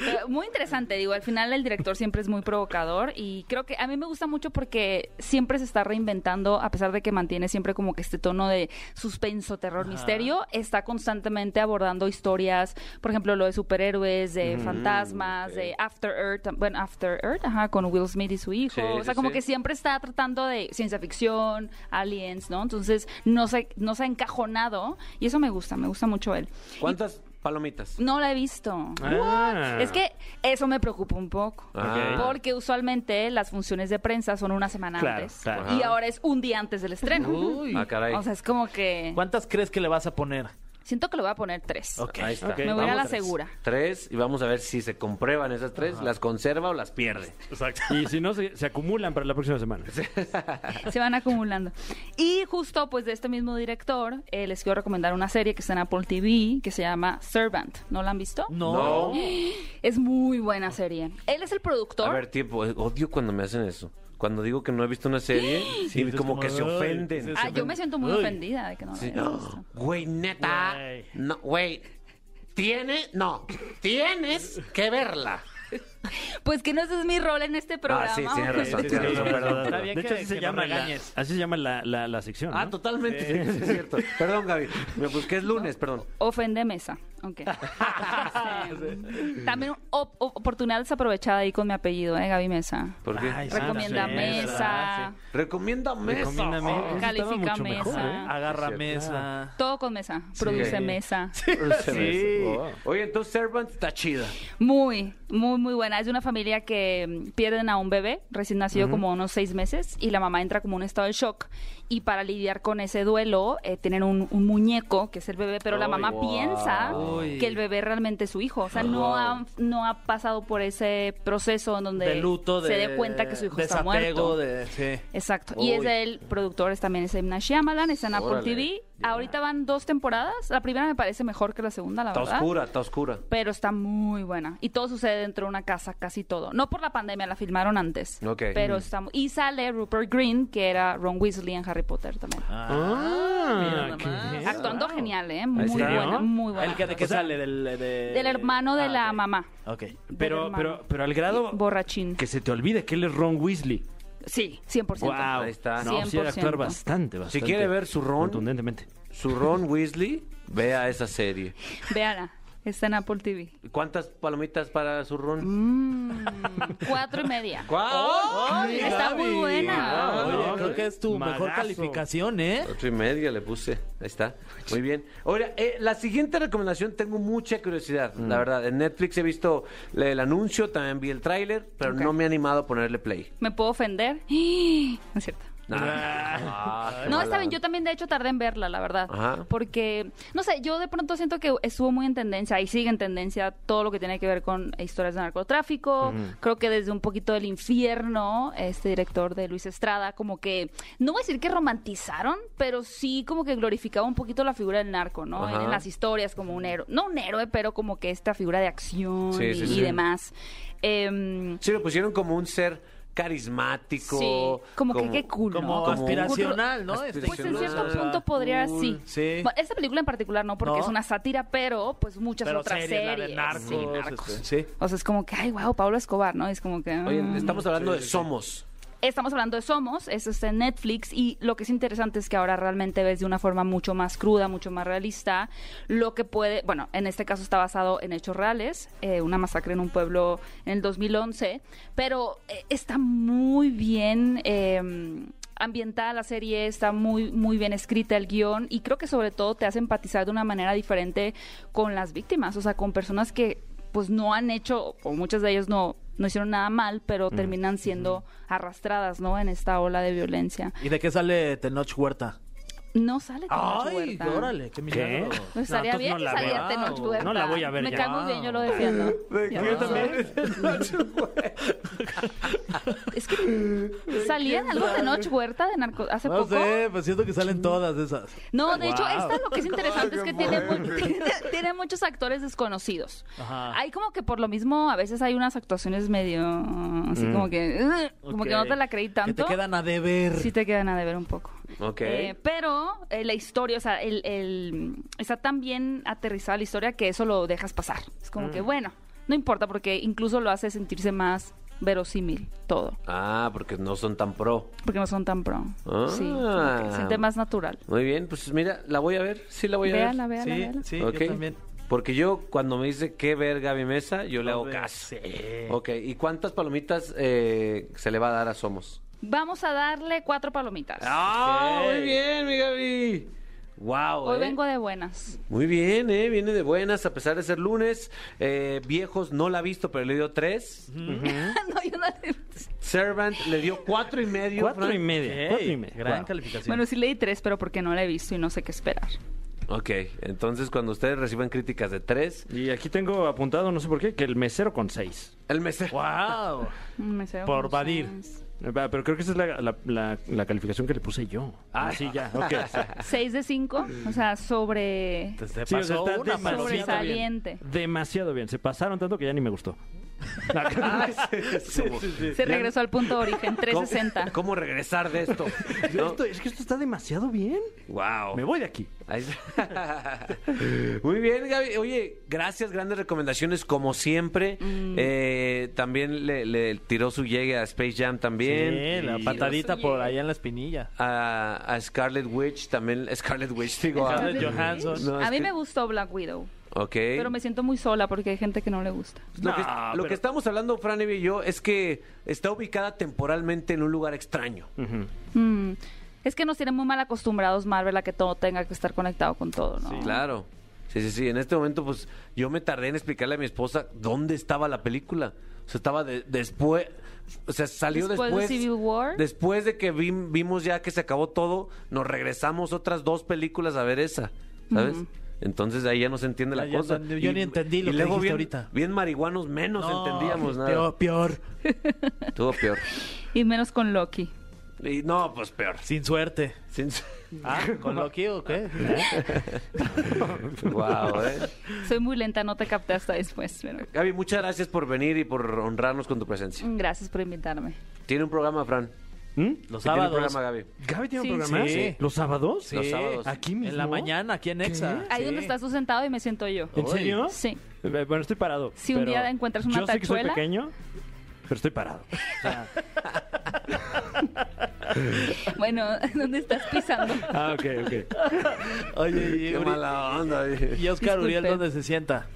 S12: Eh, Muy interesante, digo, al final el director siempre es muy provocador y creo que a mí me gusta mucho porque siempre se está reinventando, a pesar de que mantiene siempre como que este tono de suspenso, terror, misterio, está constantemente abordando historias, por ejemplo, lo de superhéroes,
S2: Mm,
S12: de fantasmas, de After Earth, bueno, After Earth, ajá, con Will Smith y su hijo,
S2: Sí,
S12: o sea,
S2: sí,
S12: como
S2: sí.
S12: que siempre está tratando de ciencia ficción, aliens, ¿no? Entonces, no se, no se ha encajonado y eso me gusta, me gusta mucho él.
S2: ¿Cuántas palomitas?
S12: No la he visto.
S3: Ah.
S12: Es que eso me preocupa un poco.
S2: Ah.
S12: Porque usualmente las funciones de prensa son una semana
S3: Claro,
S12: antes.
S3: claro.
S12: Y ahora es un día antes del estreno.
S4: Uy.
S2: Ah, caray.
S12: O sea, es como que.
S4: ¿Cuántas crees que le vas a poner?
S12: Siento que le voy a poner tres.
S4: Ok.
S2: Ahí está.
S3: Ok.
S12: Me voy a
S3: vamos
S12: la
S3: tres.
S12: segura.
S2: Tres, y vamos a ver si se comprueban esas tres, las conserva o las pierde.
S3: Y si no, se, se acumulan para la próxima semana.
S12: Se van acumulando. Y justo, pues, de este mismo director, eh, les quiero recomendar una serie que está en Apple TV que se llama Servant. ¿No la han visto?
S4: No.
S12: Es muy buena serie. Él es el productor.
S2: A ver, tiempo. Odio cuando me hacen eso. cuando digo que no he visto una serie, y
S3: entonces
S2: como
S3: como,
S2: que se
S3: "Ay,
S2: ofenden.
S3: sí,
S12: Ah, yo me siento muy
S3: Uy.
S12: ofendida de que no.
S2: Sí,
S12: me hayas visto.
S2: no. Güey, neta.
S3: Güey.
S2: No, güey. Tiene, no, tienes que verla.
S12: Pues que no ese es mi rol en este programa.
S2: Ah, sí, tienes
S12: hombre.
S2: razón, tienes razón, perdón.
S4: Está
S2: perdón.
S4: bien
S3: De hecho,
S4: que-
S3: así se
S4: que
S3: llama,
S4: me
S3: la,
S4: regañes.
S3: así se llama la, la, la sección.
S2: Ah,
S3: ¿no?
S2: totalmente, sí, sí, es cierto. Perdón, Gaby. Me busqué es lunes, perdón.
S12: Ofende mesa. Ok. Este, También op- op- oportunidad desaprovechada ahí con mi apellido, ¿eh? Gaby Mesa.
S2: ¿Por qué? Ah,
S3: Ay, santa
S12: Recomienda
S3: sí,
S12: mesa.
S3: ¿verdad?
S2: Recomiéndame eso.
S3: Recomiéndame. Oh,
S4: Oh,
S3: Eso estaba
S12: Califica
S3: mucho
S12: mesa.
S3: mejor, ¿eh?
S4: Agarra mesa.
S12: Todo con mesa. Produce mesa.
S2: Sí. Oye, entonces Servant está chida.
S12: Muy, muy, muy buena. Es de una familia que mm, pierden a un bebé recién nacido como unos seis meses y la mamá entra como en un estado de shock y para lidiar con ese duelo eh, tienen un, un muñeco que es el bebé, pero la
S3: Ay,
S12: mamá
S3: wow.
S12: piensa
S4: Uy.
S12: que el bebé realmente es su hijo. O sea, no, ha, no ha pasado por ese proceso en donde
S4: de luto, de
S12: se dé cuenta que su hijo está
S4: desapego,
S12: muerto.
S4: De, sí.
S12: Exacto. Y es
S4: Uy.
S12: del productor, es también es Emna Shyamalan, está en Apple
S2: Órale.
S12: TV. Ahorita van dos temporadas. La primera me parece mejor que la segunda, la
S2: Está
S12: verdad
S2: oscura, está oscura.
S12: pero está muy buena. Y todo sucede dentro de una casa, casi todo. No por la pandemia, la filmaron antes.
S2: Ok.
S12: Pero
S2: Mm.
S12: está mu- Y sale Rupert Green, que era Ron Weasley en Harry Potter también.
S3: Ah,
S4: mira
S3: ¿qué
S4: nomás.
S3: es?
S12: Actuando
S3: Wow.
S12: genial, ¿eh? Muy
S2: serio?
S12: buena, muy buena.
S4: ¿El que de qué sale? Del, de-
S12: Del hermano de
S4: Ah,
S12: la
S4: ok.
S12: mamá.
S4: Ok.
S3: Pero,
S12: hermano.
S3: pero, pero al grado
S12: Borrachín.
S3: que se te olvide que él es Ron Weasley.
S12: Sí, 100%.
S3: Wow,
S2: Ahí está.
S3: No, sí, era
S12: 100%.
S3: actuar bastante, bastante.
S2: Si quiere ver su Ron,
S3: Contundentemente.
S2: su Ron Weasley, vea esa serie.
S12: Véala. Está en Apple TV.
S2: ¿Cuántas palomitas para su Ron?
S12: Mm, cuatro y media. Está muy buena.
S4: Ah, oye,
S3: No,
S4: creo que es tu mejor
S3: magazo.
S4: calificación, ¿eh?
S2: Ocho y media le puse. Ahí está. Muy bien. Ahora, eh, la siguiente recomendación tengo mucha curiosidad, la verdad. En Netflix he visto la- el anuncio, también vi el tráiler, pero
S12: Ok.
S2: no me he animado a ponerle play.
S12: ¿Me puedo ofender? No es cierto.
S2: Ah, qué
S12: No,
S2: mala
S12: está bien. Yo
S2: onda.
S12: también, de hecho, tardé en verla, la verdad.
S2: Ajá.
S12: Porque, no sé, yo de pronto siento que estuvo muy en tendencia y sigue en tendencia todo lo que tiene que ver con historias de narcotráfico. Creo que desde un poquito del infierno, este director de Luis Estrada, como que, no voy a decir que romantizaron, pero sí como que glorificaba un poquito la figura del narco, ¿no? En,
S2: Ajá.
S12: en las historias como un héroe. No un héroe, pero como que esta figura de acción
S2: Sí,
S12: y,
S2: sí,
S12: y
S2: sí.
S12: demás. Em,
S2: Sí, lo pusieron como un ser carismático.
S12: Sí, como que qué cool,
S4: Como
S12: ¿no?
S2: un-
S4: aspiracional, ¿no?
S12: Pues en
S2: Dicen,
S12: cierto
S2: ah,
S12: punto podría sí.
S4: cool. Sí.
S12: Bueno, esta película en particular no, porque
S4: No.
S12: es una sátira, pero pues muchas
S4: Pero
S12: otras
S4: series, la
S12: series.
S4: de narcos,
S12: sí, narcos.
S4: este, sí.
S12: O sea, es como que, ay, wow, Pablo Escobar, ¿no? Es como que...
S2: Oye,
S12: mm.
S2: estamos hablando de Somos.
S12: Estamos hablando de Somos, eso está en Netflix y lo que es interesante es que ahora realmente ves de una forma mucho más cruda, mucho más realista, lo que puede, bueno, en este caso está basado en hechos reales, eh, una masacre en un pueblo en el 2011, pero eh, está muy bien... eh, ambientada la serie, está muy, muy bien escrita el guión y creo que sobre todo te hace empatizar de una manera diferente con las víctimas, o sea, con personas que pues no han hecho, o muchas de ellas no, no hicieron nada mal, pero terminan siendo arrastradas, ¿no? En esta ola de violencia.
S4: ¿Y de qué sale Tenoch Huerta?
S12: No sale Tenoch
S4: ¡Ay!
S12: Huerta.
S4: Órale, qué milagro.
S12: No estaría
S3: entonces
S12: bien
S3: no
S12: que
S3: la
S4: veo.
S12: saliera Tenoch Huerta.
S3: No la voy a ver
S12: Me
S3: ya.
S12: cae muy bien, yo lo defiendo. Ya no. Es que salía en algo Tenoch Huerta de narco hace
S4: No
S12: poco.
S4: sé, pues siento que salen todas esas.
S12: No, de hecho,
S4: Wow.
S12: esta lo que es interesante es que
S16: qué
S12: tiene, mu-
S16: fuerte.
S12: tiene, tiene muchos actores desconocidos.
S4: Ajá.
S12: Hay como que por lo mismo, a veces hay unas actuaciones medio así como que "Ugh", como que no
S4: Ok.
S12: te la creí
S4: Que
S12: tanto.
S4: te quedan a deber.
S12: Sí te quedan a deber un poco.
S2: Ok.
S12: Eh, pero eh, la historia, o sea, el, el- está tan bien aterrizada la historia que eso lo dejas pasar. Es como
S2: Mm.
S12: que, bueno, no importa porque incluso lo hace sentirse más verosímil todo,
S2: Ah, porque no son tan pro.
S12: porque no son tan pro.
S2: Ah.
S12: Sí, como que se siente más natural.
S2: Muy bien, pues mira, la voy a ver. Sí, la voy a
S12: Véala,
S2: ver.
S12: véala,
S4: Sí,
S12: véala.
S4: sí, yo
S2: Ok.
S4: también.
S2: Porque yo, cuando me dice qué verga mi mesa, yo le hago
S4: Hombre,
S2: caso.
S4: sí.
S2: Ok, ¿y cuántas palomitas eh, se le va a dar a Somos?
S12: Vamos a darle cuatro palomitas.
S2: ¡Ah! Muy bien, mi Gaby. Wow,
S12: Hoy vengo de buenas.
S2: Muy bien, ¿eh? Viene de buenas, a pesar de ser lunes. Eh, viejos no la ha visto, pero le dio tres.
S12: no, yo no le-
S2: Servant le dio cuatro y medio.
S3: Cuatro y
S2: Fran.
S3: media. Cuatro y
S4: Ey,
S3: media.
S4: Gran
S3: Wow.
S4: calificación.
S12: Bueno, sí leí tres, pero porque no la he visto y no sé qué esperar.
S2: Ok, entonces cuando ustedes reciban críticas de tres,
S3: Y aquí tengo apuntado, no sé por qué, que el mesero con seis.
S2: el mesero.
S4: ¡Wow!
S12: Mm, me sé
S4: Por
S12: unos
S4: Badir.
S12: seis.
S3: Eh, va, Pero creo que esa es la, la- la- la calificación que le puse yo. Ah, sí, ya. Ok.
S12: Seis de cinco, o sea, sobre...
S4: Te, te
S3: Sí, o sea,
S4: pasó
S3: está
S4: una
S3: demasiado
S4: palomita bien.
S12: Sobresaliente.
S3: Demasiado bien. Se pasaron tanto que ya ni me gustó.
S12: Se regresó al punto de origen, 360.
S2: ¿Cómo, cómo regresar de esto?
S3: Yo esto- es que esto está demasiado bien.
S2: Wow.
S3: Me voy de aquí.
S2: Ahí está. Muy bien, Gaby. Oye, gracias, grandes recomendaciones como siempre. Eh, también le, le tiró su llegue a Space Jam también.
S4: Sí, la
S2: Y-
S4: patadita
S12: Sí.
S4: por allá en la espinilla.
S2: A, a Scarlet Witch, también Scarlet Witch, digo. a-
S4: Scarlett Johansson.
S2: No, es
S12: a
S2: que-
S12: mí
S2: ¿Eh?
S12: me gustó Black Widow,
S2: Ok.
S12: pero me siento muy sola porque hay gente que no le gusta.
S2: Lo, que,
S3: No,
S2: lo
S3: pero-
S2: que estamos hablando, Fran Evia y yo, es que está ubicada temporalmente en un lugar extraño.
S12: Mm, Es que nos tienen muy mal acostumbrados Marvel a que todo tenga que estar conectado con todo, ¿no?
S2: Claro. Sí, sí, sí. En este momento, pues, yo me tardé en explicarle a mi esposa dónde estaba la película. O sea, estaba de- después... O sea, salió
S12: Después
S2: después...
S12: de Civil War.
S2: Después de que vim- vimos ya que se acabó todo, nos regresamos otras dos películas a ver esa, ¿sabes? Entonces ahí ya no se entiende la
S4: Ya, ya,
S2: cosa.
S4: yo ni entendí lo que dijiste
S2: bien,
S4: ahorita.
S2: Bien marihuanos menos
S4: No,
S2: entendíamos nada.
S4: Peor, peor.
S2: Estuvo peor.
S12: Y menos con Loki.
S2: Y no, pues peor.
S4: Sin suerte.
S2: Sin...
S4: Ah, ¿con Loki o qué? ¿Eh?
S2: wow, eh.
S12: Soy muy lenta, no te capté hasta después. pero-
S2: Gaby, muchas gracias por venir y por honrarnos con tu presencia.
S12: Mm, Gracias por invitarme.
S2: Tiene un programa, Fran.
S3: ¿Mm?
S4: Los
S2: Sí, tiene un
S4: sábados.
S2: programa, Gaby.
S3: ¿Gaby tiene
S12: Sí,
S3: un programa?
S4: sí.
S3: ¿Los sábados?
S4: Sí,
S2: Los sábados.
S3: ¿Aquí mismo?
S4: En la mañana, aquí en Exa.
S12: Ahí donde estás tú sentado y me siento yo.
S3: ¿En serio?
S12: Sí.
S3: Eh, Bueno, estoy parado.
S12: Si un
S3: pero
S12: día encuentras una
S3: Yo sé que soy
S12: tachuela.
S3: pequeño, pero estoy parado.
S12: Bueno, ¿dónde estás pisando?
S3: Ah, ok, ok.
S4: Oye, y,
S2: Qué
S4: Uri-
S2: mala onda. oye.
S4: y Oscar
S12: Disculpe.
S4: Uriel, ¿dónde se sienta?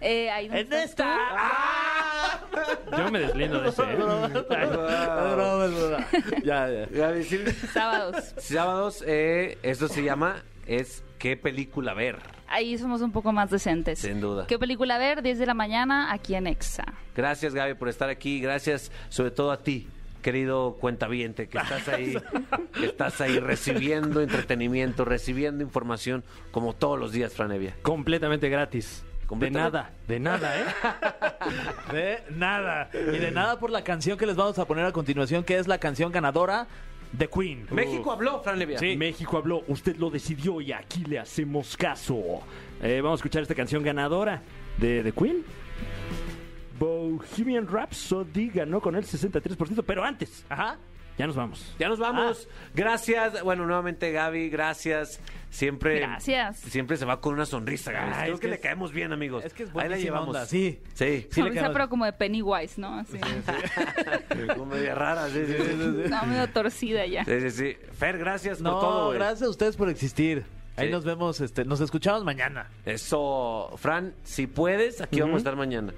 S12: Eh, ahí donde
S4: ¡En
S12: estás
S4: esta!
S12: tú. Ah.
S3: Yo me deslindo de ese. ¿eh?
S4: Es broma, es broma. Ya, ya.
S2: Gaby, sí.
S12: Sábados.
S2: Sábados, eh, esto se llama es qué película ver,
S12: Ahí somos un poco más decentes.
S2: sin duda.
S12: ¿Qué película ver? 10 de la mañana aquí en Exa.
S2: Gracias, Gaby, por estar aquí. Gracias sobre todo a ti, querido cuentaviente, que estás ahí, que estás ahí recibiendo entretenimiento, recibiendo información, como todos los días, Franevia.
S3: Completamente gratis.
S2: Completamente-
S3: De nada, de nada, ¿eh?
S4: De nada. Y de nada por la canción que les vamos a poner a continuación, que es la canción ganadora de Queen.
S2: México habló, Franevia.
S3: Uh. Sí. México habló, usted lo decidió y aquí le hacemos caso. Eh, vamos a escuchar esta canción ganadora de The Queen. Bohemian Rhapsody ganó con el 63%, pero antes, ah,
S4: Ajá.
S3: ya nos vamos.
S2: Ya nos vamos.
S4: Ah.
S2: Gracias. Bueno, nuevamente Gaby, gracias. Siempre
S12: Gracias.
S2: Siempre se va con una sonrisa, Gaby.
S4: Ah,
S2: Creo
S4: es
S2: que,
S4: que
S2: le
S4: es-
S2: caemos bien, amigos.
S4: es que es
S2: Ahí la
S4: buenísima
S2: llevamos.
S4: onda, sí.
S2: Sí.
S4: Sí, le
S12: Ahorita,
S4: quedamos.
S12: pero como de Pennywise, ¿no? Así.
S2: Como media rara, sí, sí, sí.
S12: No, medio torcida ya.
S2: Sí, sí, sí. Fer, gracias
S4: No,
S2: por todo. güey.
S4: gracias a ustedes por existir. Ahí
S2: Sí.
S4: nos vemos, este, nos escuchamos mañana.
S2: Eso, Fran, si puedes, aquí vamos a estar mañana.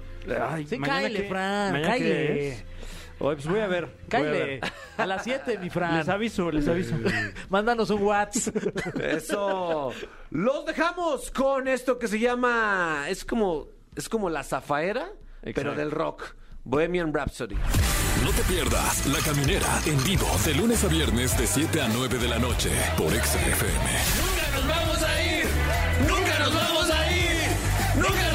S3: Ay,
S4: Sí,
S3: mañana
S4: cáele,
S3: qué-
S4: Fran,
S3: mañana qué
S4: cáele.
S3: es. Oye, pues voy a ver. voy a
S4: Cáile,
S3: ver.
S4: a las 7, mi Fran.
S3: Les aviso, les aviso.
S4: Mándanos un WhatsApp.
S2: Eso. Los dejamos con esto que se llama. Es como. Es como la zafaera, pero
S3: Exacto.
S2: del rock. Bohemian Rhapsody.
S1: No te pierdas La Caminera en vivo de lunes a viernes de 7 a 9 de la noche por XFM.
S2: ¡Nunca nos vamos a ir! ¡Nunca nos vamos a ir! ¡Nunca